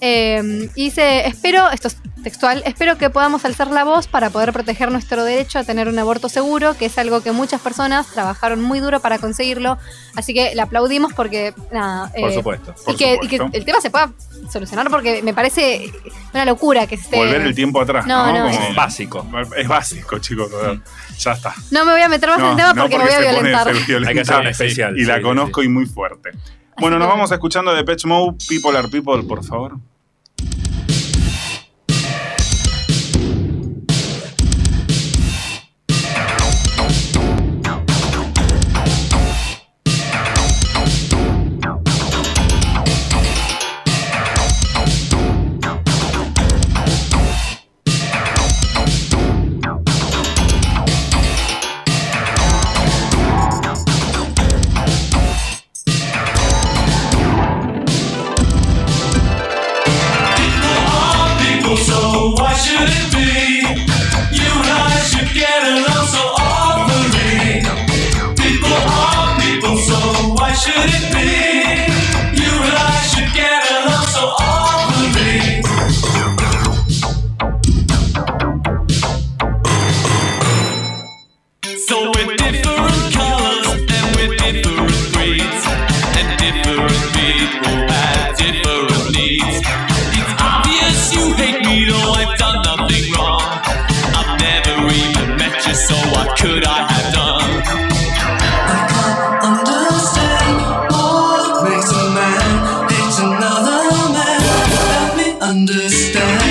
Eh, y dice, espero, esto es textual, espero que podamos alzar la voz para poder proteger nuestro derecho a tener un aborto seguro, que es algo que muchas personas trabajaron muy duro para conseguirlo. Así que le aplaudimos porque, nada, Por eh, supuesto. por y, que, y que supuesto. el tema se pueda solucionar porque me parece una locura que se esté... Volver el tiempo atrás. No, No, no. Como- Básico. Es básico, chicos. de verdad. Ya está. No me voy a meter más en el tema porque, me voy a se pone- violentar. se violenta Hay que hacer un especial, Y la sí, sí, conozco y muy fuerte. Bueno, que nos bueno. vamos escuchando de Patch Mode. People are people, por favor. So with different colors and with different breeds and different people at different needs. It's obvious you hate me, though I've done nothing wrong. I've never even met you, so what could I have done? understand what makes a man hate another man. Help me understand.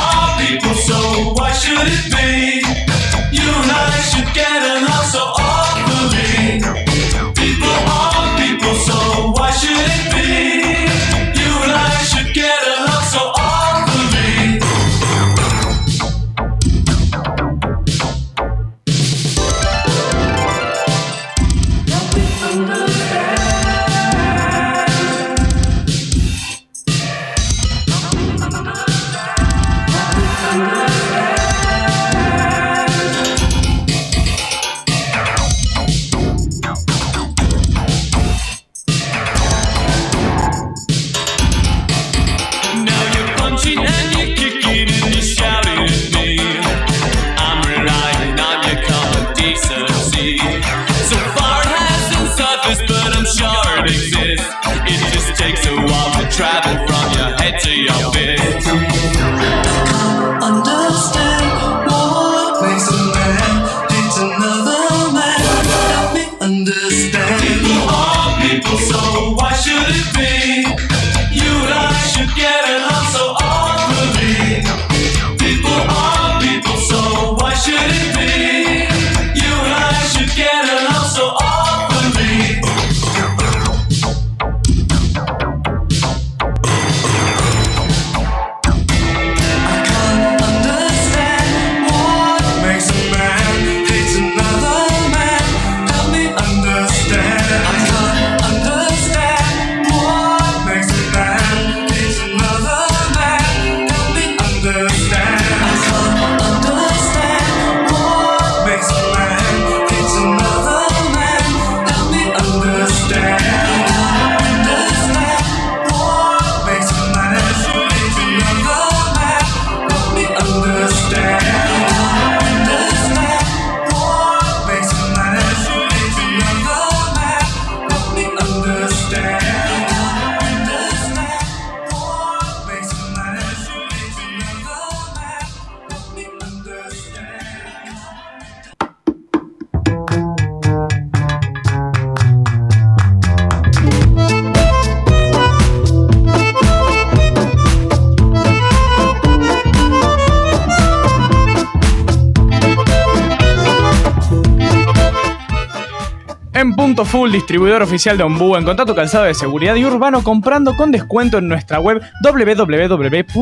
are people, so why should it be? You and I should get along so awfully. People are people, so why should it be? You and I should get along so awfully. En Punto Full, distribuidor oficial de Ombú, encontrá tu calzado de seguridad y urbano comprando con descuento en nuestra web www.full.com.ar.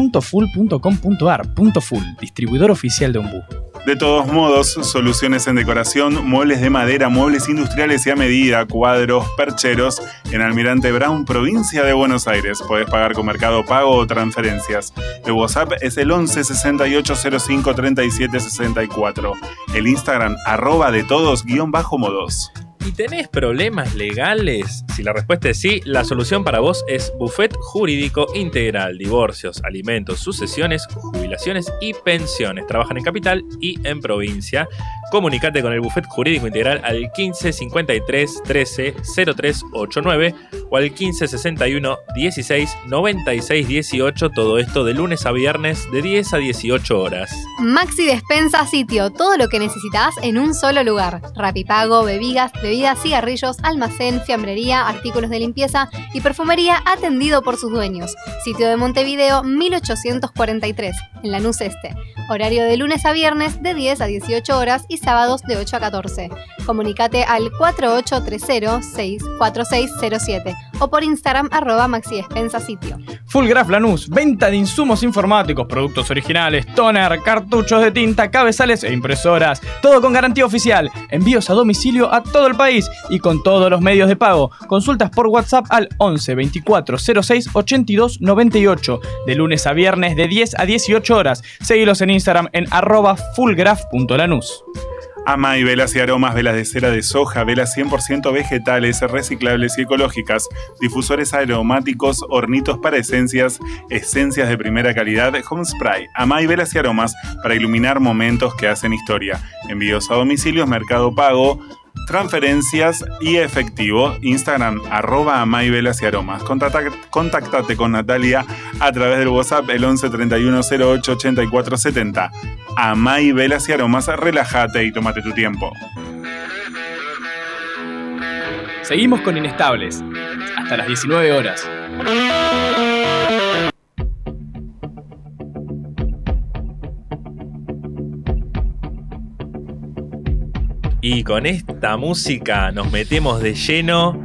Punto Full, distribuidor oficial de Ombú. De todos modos, soluciones en decoración, muebles de madera, muebles industriales y a medida, cuadros, percheros, en Almirante Brown, provincia de Buenos Aires. Podés pagar con mercado pago o transferencias. El WhatsApp es el 11 68 05 37 64. El Instagram, arroba de todos, guión bajo modos. ¿Y tenés problemas legales? Si la respuesta es sí, la solución para vos es Buffet Jurídico Integral. Divorcios, alimentos, sucesiones, jubilaciones y pensiones. Trabajan en capital y en provincia. Comunicate con el Buffet Jurídico Integral al 15 53 13 03 89 o al 15 61 16 96 18. Todo esto de lunes a viernes de 10 a 18 horas. Maxi Despensa Sitio, todo lo que necesitas en un solo lugar. Rapipago, bebidas, bebidas, cigarrillos, almacén, fiambrería, artículos de limpieza y perfumería atendido por sus dueños. Sitio de Montevideo 1843, en Lanús Este. Horario de lunes a viernes de 10 a 18 horas y sábados de 8 a 14. Comunicate al 4830-64607 o por Instagram arroba Maxi Despensa Sitio. Full Graph Lanús, venta de insumos informáticos, productos originales, toner, cartuchos de tinta, cabezales e impresoras. Todo con garantía oficial. Envíos a domicilio a todo el país y con todos los medios de pago. Consultas por WhatsApp al 11 24 06 82 98. De lunes a viernes de 10 a 18 horas. Seguilos en Instagram en arroba fullgraph.lanús. Ama y velas y aromas, velas de cera de soja, velas 100% vegetales, reciclables y ecológicas, difusores aromáticos, hornitos para esencias, esencias de primera calidad, home spray. Ama y velas y aromas para iluminar momentos que hacen historia. Envíos a domicilios, mercado pago, transferencias y efectivo. Instagram, arroba Ama y velas y aromas. Contata- contactate con Natalia a través del WhatsApp, el 11 31 08 84 70. Amá y velas y aromas, relájate y tómate tu tiempo. Seguimos con Inestables. Hasta las 19 horas. Y con esta música nos metemos de lleno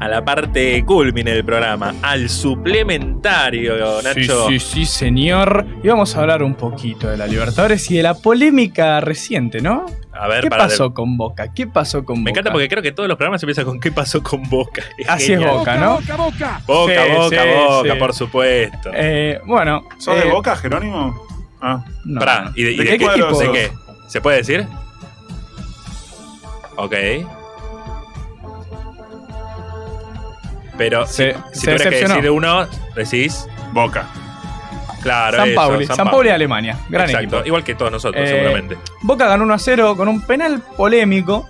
a la parte culmine del programa, al suplementario, Nacho. Sí, sí, sí, señor. Y vamos a hablar un poquito de la Libertadores y de la polémica reciente, ¿no? A ver, ¿Qué para pasó con Boca? ¿Qué pasó con Boca? Me encanta porque creo que todos los programas empiezan con qué pasó con Boca. Así genial. es Boca, ¿no? Boca, boca. Boca, Sí, boca, sí, boca, sí. por supuesto. Eh, bueno. ¿Sos de eh, Boca, Jerónimo? Ah. no, Pará, no. ¿y de, y ¿De de qué qué, cuadro de sos? qué? ¿Se puede decir? Ok. Pero Se, si se tuvieras que decepcionó. decir uno, decís. Boca. Claro, San eso, Pauli, San Pauli de Alemania. Gran Exacto, equipo. igual que todos nosotros, Eh, seguramente. Boca ganó 1 a 0 con un penal polémico.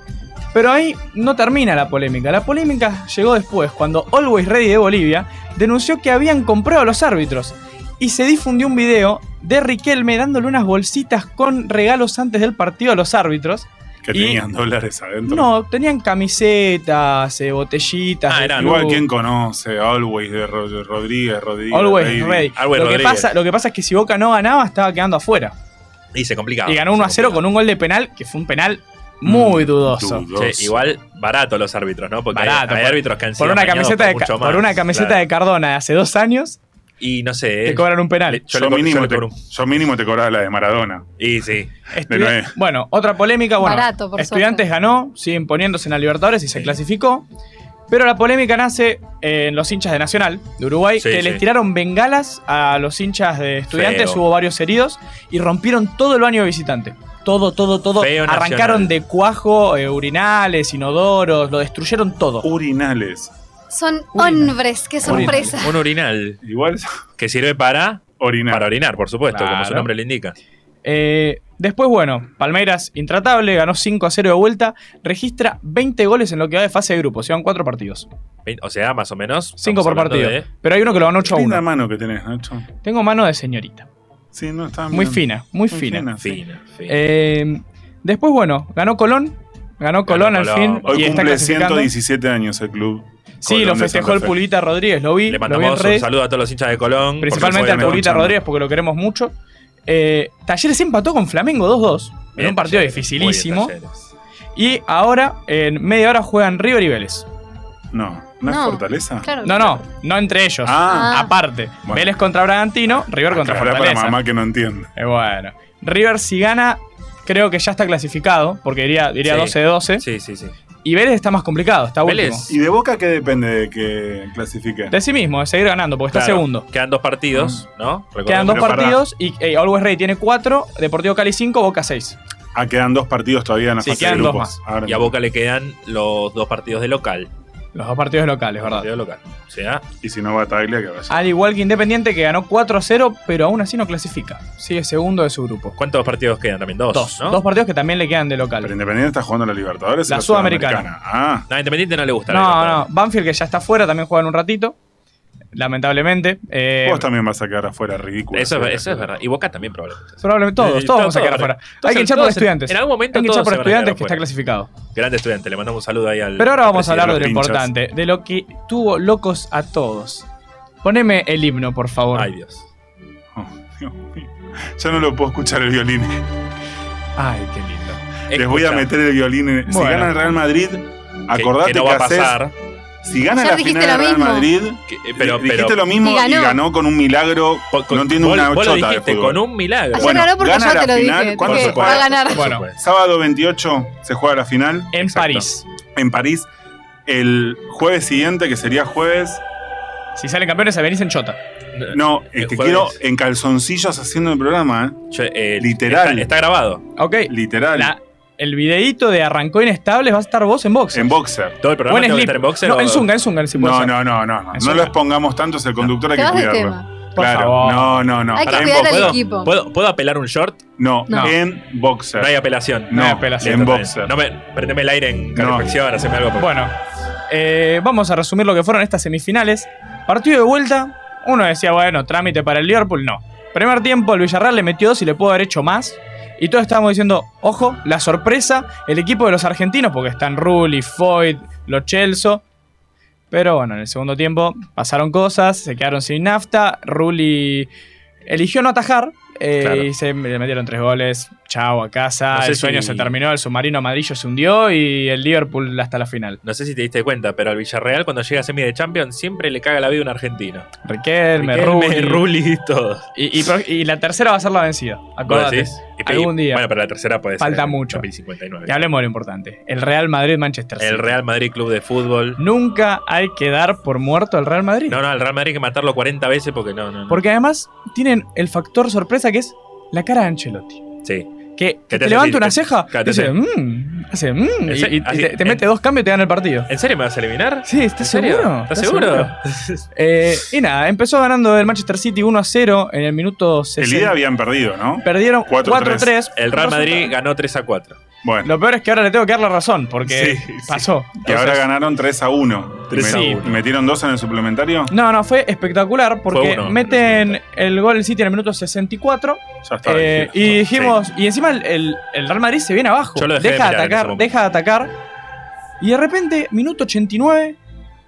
Pero ahí no termina la polémica. La polémica llegó después, cuando Always Ready de Bolivia denunció que habían comprado a los árbitros. Y se difundió un video de Riquelme dándole unas bolsitas con regalos antes del partido a los árbitros. Que Y- tenían dólares adentro. No, tenían camisetas, eh, botellitas. Ah, del eran. club. Igual, ¿quién conoce? Always de Ro- Rodríguez, Rodríguez. Always Reidi. Ready. Always Lo que, Rodríguez. pasa, lo que pasa es que si Boca no ganaba, estaba quedando afuera. Y se complicaba. y ganó 1 a 0 con un gol de penal, que fue un penal muy Mm, dudoso. dudoso. igual barato los árbitros, ¿no? Porque hay- Barato, hay, por- árbitros que han sido Por una, amañados camiseta de, por Ca- mucho por más, una camiseta claro. de Cardona de hace dos años, Y no sé. te cobran un penal. le- yo, Yo, le, mínimo yo le te, cobro un- yo mínimo te cobraba la de Maradona. Y sí. Estudia- nueve. bueno, otra polémica. Bueno, Barato, por Estudiantes ganó, sigue imponiéndose en la Libertadores y se clasificó. Pero la polémica nace en los hinchas de Nacional, de Uruguay, Sí, que sí. les tiraron bengalas a los hinchas de estudiantes, Feo. hubo varios heridos y rompieron todo el baño de visitante. Todo, todo, todo. Feo Arrancaron Nacional. de cuajo, eh, urinales, inodoros, lo destruyeron todo. Urinales. Son Uy, hombres, qué Uy, [LAUGHS] sorpresa. Un urinal. Igual [LAUGHS] Que sirve para. orinar. Para orinar, por supuesto, como su Claro. nombre le indica. Eh, después, bueno, Palmeiras intratable, ganó 5 a 0 de vuelta, registra 20 goles en lo que va de fase de grupo, se van 4 partidos. Vein- O sea, más o menos. 5 estamos por hablando partido. de- Pero hay uno que lo ganó 8 a Qué linda 1. mano que tenés, Nacho. Tengo mano de señorita. Sí, no está Muy bien. fina, muy, Muy fina. fina. Fina, fina. Eh, después, bueno, ganó Colón. Ganó Colón al Colón. fin. Hoy y está cumple clasificando. 117 años el club. Sí, Colón lo de festejó Santa el Fe. Pulita Rodríguez, lo vi. Le lo vi en mandamos un redes, saludo a todos los hinchas de Colón. principalmente porque al fue- Pulita escuchando. Rodríguez porque lo queremos mucho. Eh, Talleres empató con Flamengo 2-2 en Bien, un partido Talleres, muy bien, dificilísimo. Talleres. Y ahora, en media hora, juegan River y Vélez. No, ¿no es No. Fortaleza? Claro. No, no, no entre ellos. Ah. Aparte, Bueno. Vélez contra Bragantino, River contra Café para Fortaleza. mamá que no entiende. Eh, bueno, River si gana, creo que ya está clasificado, porque diría, diría Sí. 12 de 12. Sí, sí, sí. Y Vélez está más complicado, está Vélez. último. ¿Y de Boca qué depende de que clasifique? De sí mismo, de seguir ganando, porque está Claro, segundo. Quedan dos partidos, Mm. ¿no? Quedan Recordemos. dos pero pará. partidos y eh, Always Ready tiene 4, Deportivo Cali 5, Boca 6. Ah, quedan dos partidos todavía en la Sí, fase de quedan dos grupos. Ah, Ahora Y a Boca le quedan los dos partidos de local. Los dos partidos locales, ¿verdad? Partido local. O sea, Y si no va a Taglia, que vaya. Al igual que Independiente, que ganó 4 a 0, pero aún así no clasifica. Sigue segundo de su grupo. ¿cuántos partidos quedan también? Dos. Dos. ¿no? Dos partidos que también le quedan de Pero local. Independiente está jugando la Libertadores. y La Sudamericana. Ah, No, a Independiente no le gusta. la No, no. Libertadores. Banfield, que ya está fuera, también juega en un ratito. Lamentablemente. Eh, vos también vas a quedar afuera, ridículo. Eso, es- eso es verdad. Y Boca también probablemente. Probablemente todos, Eh, todos todo- vamos a quedar todo, afuera. todo Hay que se- hinchar todo por se- estudiantes. en algún momento Hay que hinchar todos por se van a quedar estudiantes que está afuera. clasificado. Grande estudiante, le mandamos un saludo ahí al. Pero ahora al vamos a hablar de los lo pinchos. importante, de lo que tuvo locos a todos. Poneme el himno, por favor. Ay, Dios. Oh, Dios mío. Ya no lo puedo escuchar el violín. Ay, qué lindo. Les voy a Escucha, meter el violín. en- Si Bueno. gana el Real Madrid, que- acordate que no va a haces- pasar. Si gana Ya la dijiste final del lo Real mismo. Madrid, que- eh, pero, dijiste pero lo mismo Y y ganó. ganó. con un milagro. no entiendo vos- una vos lo chota de dijiste fútbol. con un milagro. Ayer Bueno, ganó porque gana yo la te lo final, dije. ¿cuándo dije, se va juega? a ganar. Por Bueno, supuesto. Sábado 28 se juega la final en Exacto. París. en París. El jueves siguiente, que sería jueves, Si salen campeones, se venís en chota. No, El este, Eh, jueves. quiero en calzoncillos haciendo el programa, ¿eh? Che, eh, Literal. Está, está grabado. Ok. literal, La- el videíto de Arrancó Inestables va a estar vos en box. en boxer. Todo el programa Buen tengo slip. que estar en boxer. No, o- en Zunga, en Zunga. si puede No, ser. no, no, no, no. Eso No no. lo expongamos tanto, es el conductor, hay Te que vas de cuidarlo. tema. Por claro, favor. no, no, no. Hay que En cuidar al boxer. ¿Puedo, equipo. ¿puedo, puedo apelar un short? No, No. en boxer. No hay apelación. No, hay apelación. en Está bien. boxer. No me, prendeme el aire en No. calefacción, haceme algo. por- Bueno, eh, vamos a resumir lo que fueron estas semifinales. Partido de vuelta, uno decía, bueno, trámite para el Liverpool, no. Primer tiempo, el Villarreal le metió dos y le pudo haber hecho más. Y todos estábamos diciendo, ojo, la sorpresa, el equipo de los argentinos, porque están Rulli, Foyt, Lo Celso. Pero bueno, en el segundo tiempo pasaron cosas, se quedaron sin nafta, Rulli eligió no atajar. eh, Claro. Y se le metieron tres goles. Chao a casa. No sé Ah, el sueño si- se terminó. El submarino amarillo se hundió. Y el Liverpool hasta la final. No sé si te diste cuenta, pero al Villarreal cuando llega a semi de Champions siempre le caga la vida a un argentino. Riquelme, Riquelme, Rulli. Rulli y todo. Y, y pro- y la tercera va a ser la vencida. ¿Vos Acordate. decís? Y- y- algún día. Bueno, pero la tercera puede ser Falta en mucho. 2059. Y hablemos de lo importante. El Real Madrid-Manchester City. El Real Madrid Club de Fútbol. Nunca hay que dar por muerto al Real Madrid. No, no, al Real Madrid hay que matarlo 40 veces porque no, no. no. Porque además tienen el factor sorpresa que es la cara de Ancelotti. Sí. Que, te que te hace levanta decir, una te- ceja claro, y te dice, hace- mmm, hace mmm, Ese- y, y así, te, te en- mete dos cambios y te gana el partido. ¿En serio me vas a eliminar? Sí, ¿estás ¿En serio? seguro? ¿Estás seguro? Eh, y nada, empezó ganando el Manchester City 1 a 0 en el minuto El 60. ida habían perdido, ¿no? Perdieron 4 a 3. 4-3. El Real Madrid ganó 3 a 4. Bueno, Lo peor es que ahora le tengo que dar la razón, porque Sí, sí. pasó. y ahora ganaron 3 a 1. Tres a ¿Y uno. ¿Metieron dos en el suplementario? No, no, fue espectacular porque Fue uno, meten el gol del City en el minuto 64 Ya está. eh, dije. y dijimos, y encima el, el- el Real Madrid se viene abajo, Yo lo dejé de deja de mirar en ese atacar, momento. deja de atacar y de repente minuto 89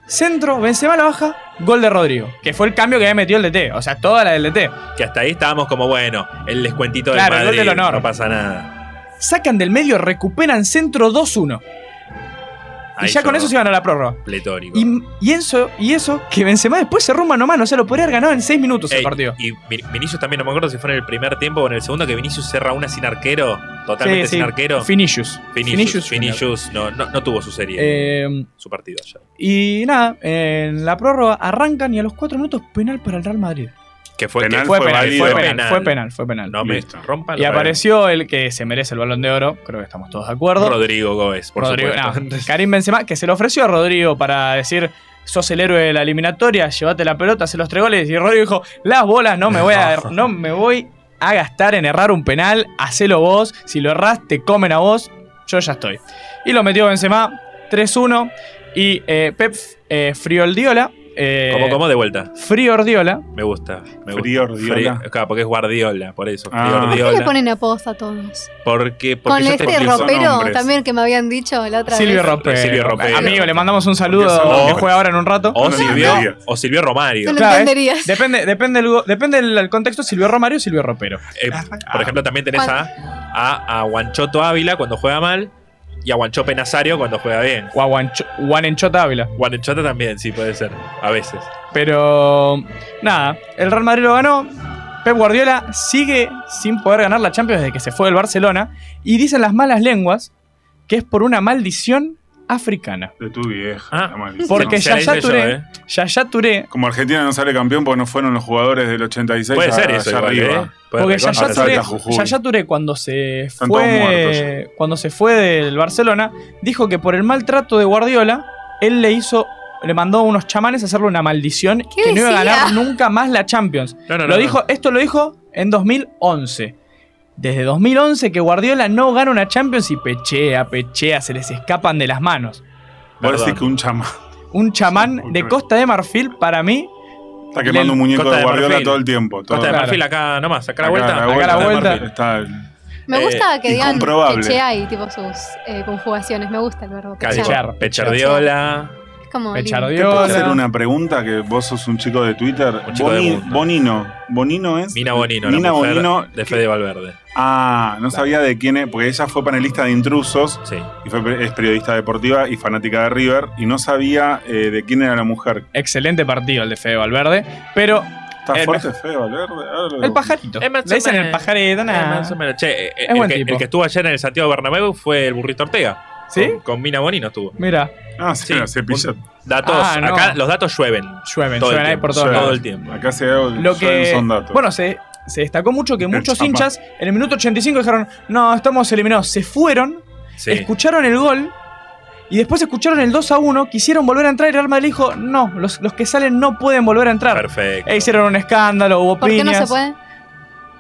centro, Benzema la baja, gol de Rodrigo, que fue el cambio que había metido el DT, o sea, toda la del DT. Que hasta ahí estábamos como, bueno, el descuentito Claro, el del gol Madrid. del honor. No pasa nada. Sacan del medio, recuperan centro 2-1 y Ahí ya con yo- eso se iban a la prórroga. Pletórico. Y, y eso, y eso, que Benzema después se rumba nomás, o sea, lo podría haber ganado en 6 minutos Ey, el partido. y Vin- Vinicius también, no me acuerdo si fue en el primer tiempo o en el segundo, que Vinicius cerra una sin arquero, totalmente Sí, sí. sin arquero. Finicius. Vinicius, Junior. Vinicius no, no, no tuvo su serie, Eh, su partido ayer. y nada, en la prórroga arrancan y a los 4 minutos penal para el Real Madrid. Que fue, Penal que Fue, fue penal, válido. fue Fue penal, penal. fue penal, fue penal. No eh. me Listo. rompan y los apareció el que se merece el balón de oro, creo que estamos todos de acuerdo. huevos. Rodrigo Gómez, por Rodrigo, supuesto. no, Karim Benzema, que se lo ofreció a Rodrigo para decir, sos el héroe de la eliminatoria, llévate la pelota, hacé los tres goles. Y Rodrigo dijo, las bolas no me voy a, no me voy a gastar en errar un penal, hacelo vos, si lo errás te comen a vos, yo ya estoy. Y lo metió Benzema, 3-1, y eh, Pep eh, Friordiola, eh, ¿Cómo, cómo? De vuelta. Friordiola, Me gusta. Me gusta. Friordiola. Fri- claro, porque es Guardiola, por eso. ¿Por Ah. qué le Friordiola. ponen apodos a todos? Porque, porque Con yo este te- porque son ropero hombres. también que me habían dicho la otra Silvio vez. Ropero. Silvio Ropero. Amigo, le mandamos un Porque son saludo, que hombres. juega ahora en un rato. O No, no, Silvio, no. o Silvio Romario. No Claro, ¿eh? entenderías. Depende, depende, el, go- depende el contexto, Silvio Romario o Silvio Ropero. Eh, por ejemplo, también tenés a, a, a Guanchoto Ávila cuando juega mal. Y a Guanchope Nazario cuando juega bien. O a Guancho- Guanenchot Ávila. Guanenchota también, sí, puede ser. A veces. Pero nada, el Real Madrid lo ganó. Pep Guardiola sigue sin poder ganar la Champions desde que se fue del Barcelona. Y dicen las malas lenguas que es por una maldición africana. De tu vieja. Ah, la maldición. Porque Se la Yaya hice yo, Touré, eh. Yaya Touré, Como Argentina no sale campeón porque no fueron los jugadores del 86 Puede a- ser eso, allá igual, arriba. ¿eh? Puede porque recontra- Yaya recontra- Touré, Salta Jujuy. Yaya Touré cuando se Están todos muertos fue cuando se fue del Barcelona dijo que por el maltrato de Guardiola él le hizo le mandó a unos chamanes a hacerle una maldición que ¿Qué no iba a decía? ganar nunca más la Champions. No, no, no, Lo no. dijo, esto lo dijo en 2011. Desde 2011 que Guardiola no gana una Champions y pechea, pechea, se les escapan de las manos. Vos Perdón. decís que un chamán Un chamán Muy de tremendo. Costa de Marfil para mí, está quemando un muñeco Costa de de Guardiola Marfil. todo el tiempo. todo- Costa de Claro. Marfil acá nomás, acá la Acá, vuelta. acá la de vuelta. Marfil. Está el- Me Eh, gusta que digan incomprobable. pechea y tipo sus eh, conjugaciones. Me gusta el verbo Acá, tipo, pechear. Pechar, Pechardiola. Es como lindo. Te puedo hacer Pechardiola. una pregunta que vos sos un chico de Twitter. Un chico de Boni- mundo. Bonino. Bonino es. Mina Bonino, Mina la mujer Bonino. de Fede Valverde. Ah, no sabía de quién es, porque ella fue panelista de intrusos Sí. y fue, pe- es periodista deportiva y fanática de River y no sabía eh, de quién era la mujer. Excelente partido el de Fede Valverde, pero Está El fuerte, feo, Valverde. Ahora lo- el pajarito. Eh, más o Le dicen el menos. pajarito, Eh, nada. más o menos. Che, eh, eh, buen el, que, tipo. el que estuvo ayer en el Santiago Bernabéu fue el burrito Ortega. ¿Sí? Con, con Mina Bonino estuvo. Mira, Ah, sí, Sí, la cepilla. un- Datos, Ah, no. acá los datos llueven. llueven, Todo el llueven ahí tiempo, por todos llueve. lados. Todo el tiempo. Acá se da- Lo son- que. son datos. Bueno, se, se destacó mucho [LAUGHS] que muchos chamán. hinchas en el minuto 85 dijeron: No, estamos eliminados. Se fueron, Sí. escucharon el gol y después escucharon el 2 a 1. Quisieron volver a entrar y el Real Madrid dijo: No, los, los que salen no pueden volver a entrar. Perfecto. E hicieron un escándalo, hubo ¿Por qué no piñas. se puede?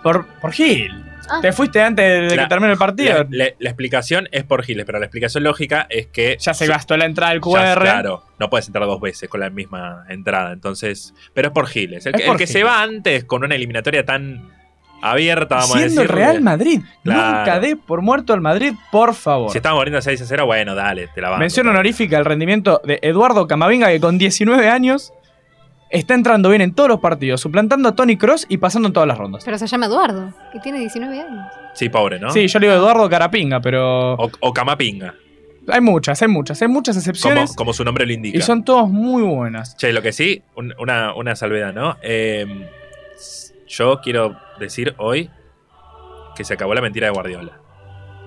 Por, por Gil. Ah. Te fuiste antes de que La- termine el partido. La, la- la explicación es por Giles, pero la explicación lógica es que. ya se gastó la entrada del ya- QR. Claro, no puedes entrar dos veces con la misma entrada. Entonces. Pero es por Giles. El, Es que- por el que se Giles. va antes con una eliminatoria tan abierta, vamos Siendo a el decir. Real Madrid. Claro. Nunca dé por muerto al Madrid, por favor. Si estamos muriendo 6 a 0, bueno, dale, te la van. Mención honorífica al rendimiento de Eduardo Camavinga, que con 19 años está entrando bien en todos los partidos, suplantando a Tony Cross y pasando en todas las rondas. Pero se llama Eduardo, que tiene 19 años. Sí, pobre, ¿no? Sí, yo le digo Eduardo Carapinga, pero O, o Camapinga, hay muchas, hay muchas, hay muchas como, excepciones como su nombre lo indica. y son todas muy buenas. Che, lo que sí, un- una, una salvedad, ¿no? Eh, yo quiero decir hoy que se acabó la mentira de Guardiola.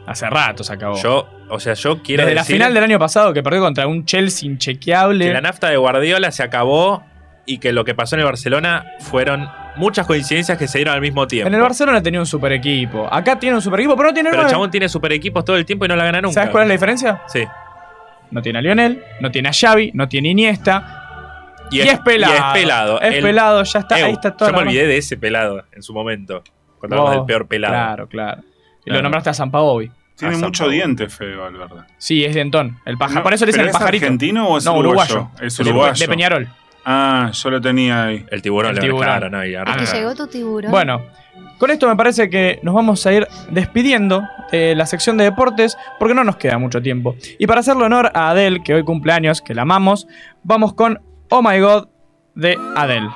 Hace rato se acabó. Yo, o sea, yo quiero Oh. Desde la decir final del año pasado que perdió contra un Chelsea inchequeable. que la nafta de Guardiola se acabó y que lo que pasó en el Barcelona fueron muchas coincidencias que se dieron al mismo tiempo. En el Barcelona tenía un super equipo. Acá tiene un super equipo, pero no tiene Pero el nueve. chabón tiene super equipos todo el tiempo y no la gana nunca. ¿Sabes cuál es la diferencia? Sí. No tiene a Lionel, no tiene a Xavi, no tiene a Iniesta. Y es, pelado. Y es pelado. Es El- pelado, ya está. Ew, ahí está todo. yo me olvidé de ese pelado en su momento. Cuando hablamos Oh, del peor pelado. Claro, claro. Y lo Claro. nombraste a Sampaoli. Tiene Ah, mucho San Pablo. diente, Fede Valverde. Sí, es Dentón. El paja. No, Por eso le dicen ¿pero el ¿Es pajarito. argentino o es No, uruguayo? uruguayo. Es De- uruguayo. De Peñarol. Ah, yo lo tenía ahí. El tiburón, El lo- tiburón. claro, no, y Ah, ahora- Que llegó tu tiburón. Bueno, con esto me parece que nos vamos a ir despidiendo de la sección de deportes porque no nos queda mucho tiempo. Y para hacerle honor a Adele, que hoy cumple años, que la amamos, vamos con Oh My God de Adele.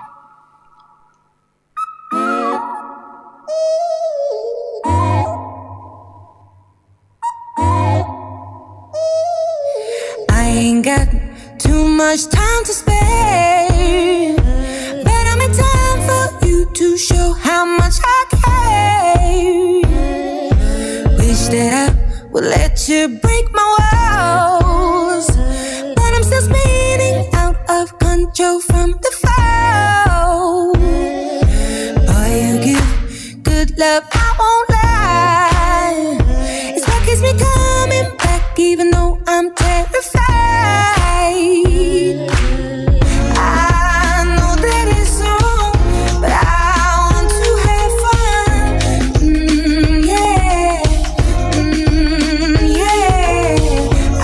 I ain't got too much time to spare. But I'm in time for you to show how much I care. Wish that I would let you break my walls. But I'm still spinning out of control from the fall. Boy, you give good love, I won't lie. It's what keeps me coming back, even though I'm terrified. I know that it's wrong, but I want to have fun. Mm, yeah, mm, yeah. I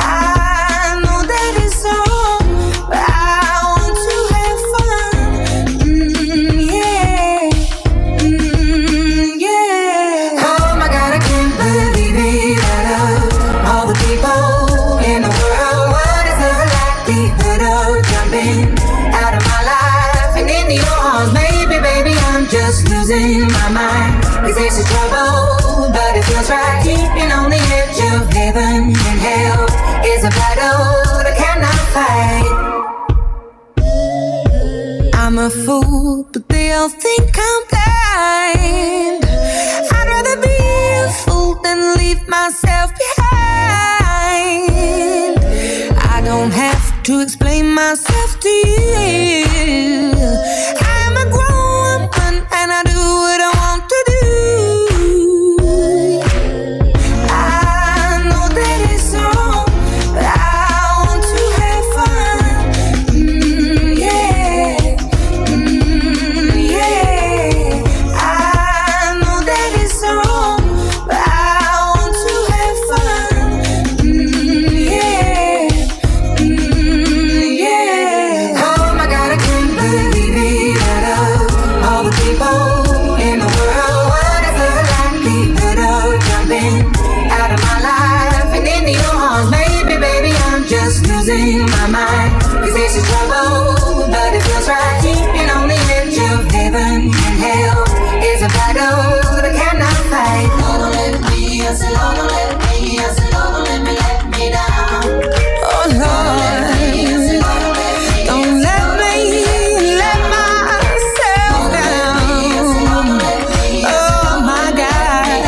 know that it's wrong, but I want to have fun. Mm, yeah, mm, yeah. Oh my God, I can't believe it. Out of all the people in the world, what is love fight. I'm a fool, but they all think I'm blind. I'd rather be a fool than leave myself behind. I don't have to explain myself to you. I'm a grown woman and I do what I want to do. I know that it's wrong, but I want to have fun. Mm, yeah. Mm, yeah. I know that it's wrong, but I want to have fun. Mm, yeah. Mm, yeah. Oh my God, I can't believe it. Out of all the people in the world, what if I like people jumping out of my life and into your arms? Maybe, baby, I'm just losing my mind. 'Cause this is trouble, but it feels right. Keeping on the edge of heaven and hell is a battle that I cannot fight. Lord, don't let it be. I said, Lord, don't let it be. I said, Lord, don't let me let me down. Oh Lord, don't let me let myself down. Oh my God.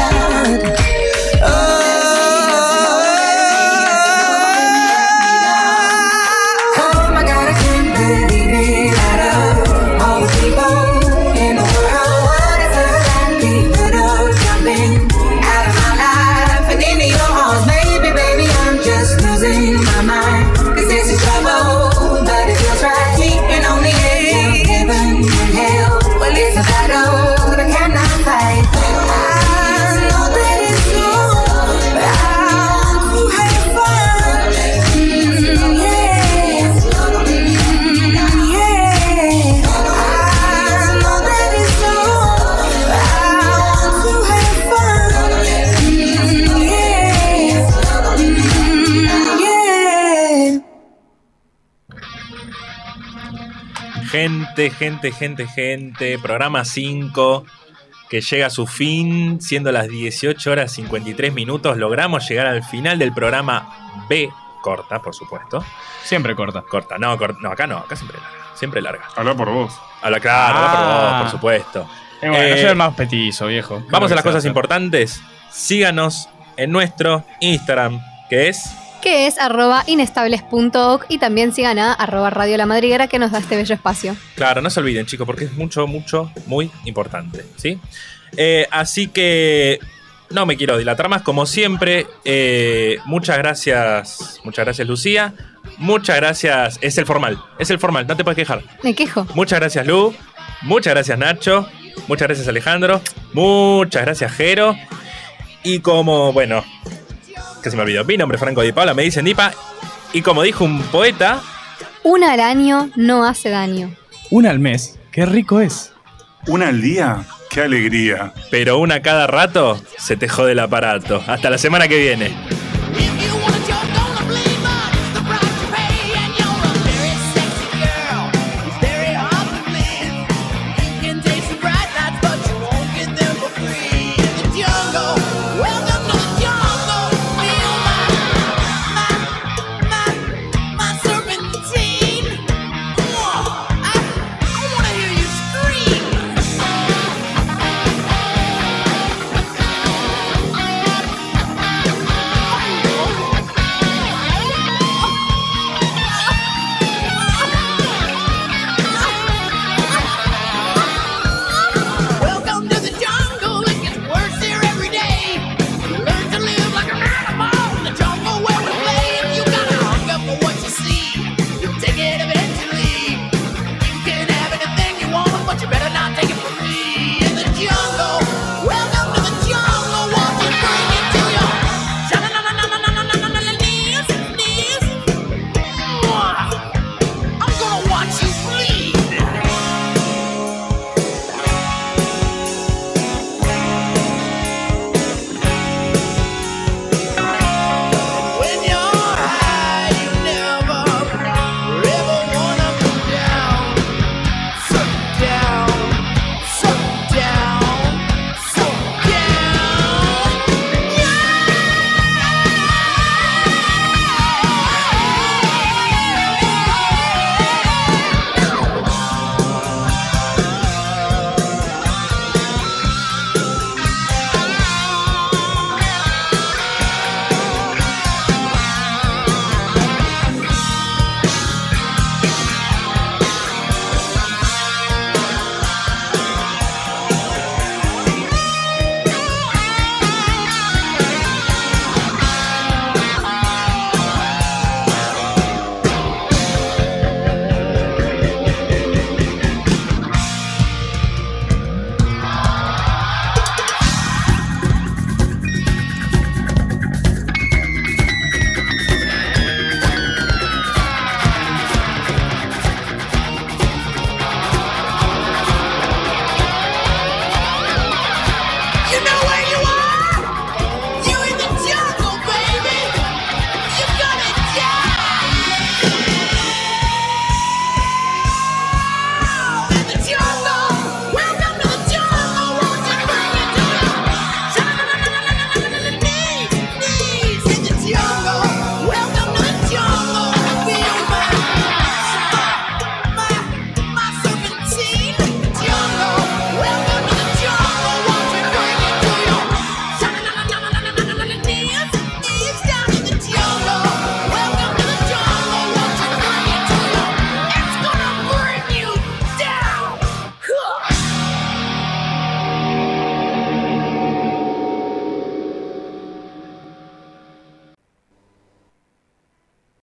Oh my God, I can't believe it. Out of all the people in the world, what is it that people are jumping out of my life and into your arms? Maybe, baby, I'm just losing my mind. 'Cause this is trouble, but it feels right. Keeping on the edge of heaven and hell. Well, it's a battle that I cannot fight. I know that it's wrong, but I want to have fun. Mm, yeah. Mm, Gente, gente, gente, gente. Programa 5 que llega a su fin, siendo las 18 horas 53 minutos. Logramos llegar al final del programa B, corta, por supuesto. Siempre corta. Corta, no, corta, no acá no, acá siempre larga. Siempre larga. Habla por vos. Habla claro, habla por Ah. vos, por supuesto. Eh, bueno, Eh, yo era el más petizo, viejo. Vamos a las Creo que cosas sea. importantes. Síganos en nuestro Instagram, que es. que es arroba inestables.org y también sigan a arroba Radio La Madriguera que nos da este bello espacio. Claro, no se olviden, chicos, porque es mucho, mucho, muy importante, ¿sí? Eh, así que no me quiero dilatar más, como siempre. eh, muchas gracias, muchas gracias, Lucía. Muchas gracias, es el formal, es el formal, no te puedes quejar. Me quejo. Muchas gracias, Lu. Muchas gracias, Nacho. Muchas gracias, Alejandro. Muchas gracias, Jero. Y como, bueno, que se me olvidó, mi nombre es Franco Di Paula, me dicen Dipa. Y como dijo un poeta, Un araño no hace daño. Una al mes. Qué rico es. Una al día. Qué alegría. pero una cada rato se te jode el aparato. Hasta la semana que viene.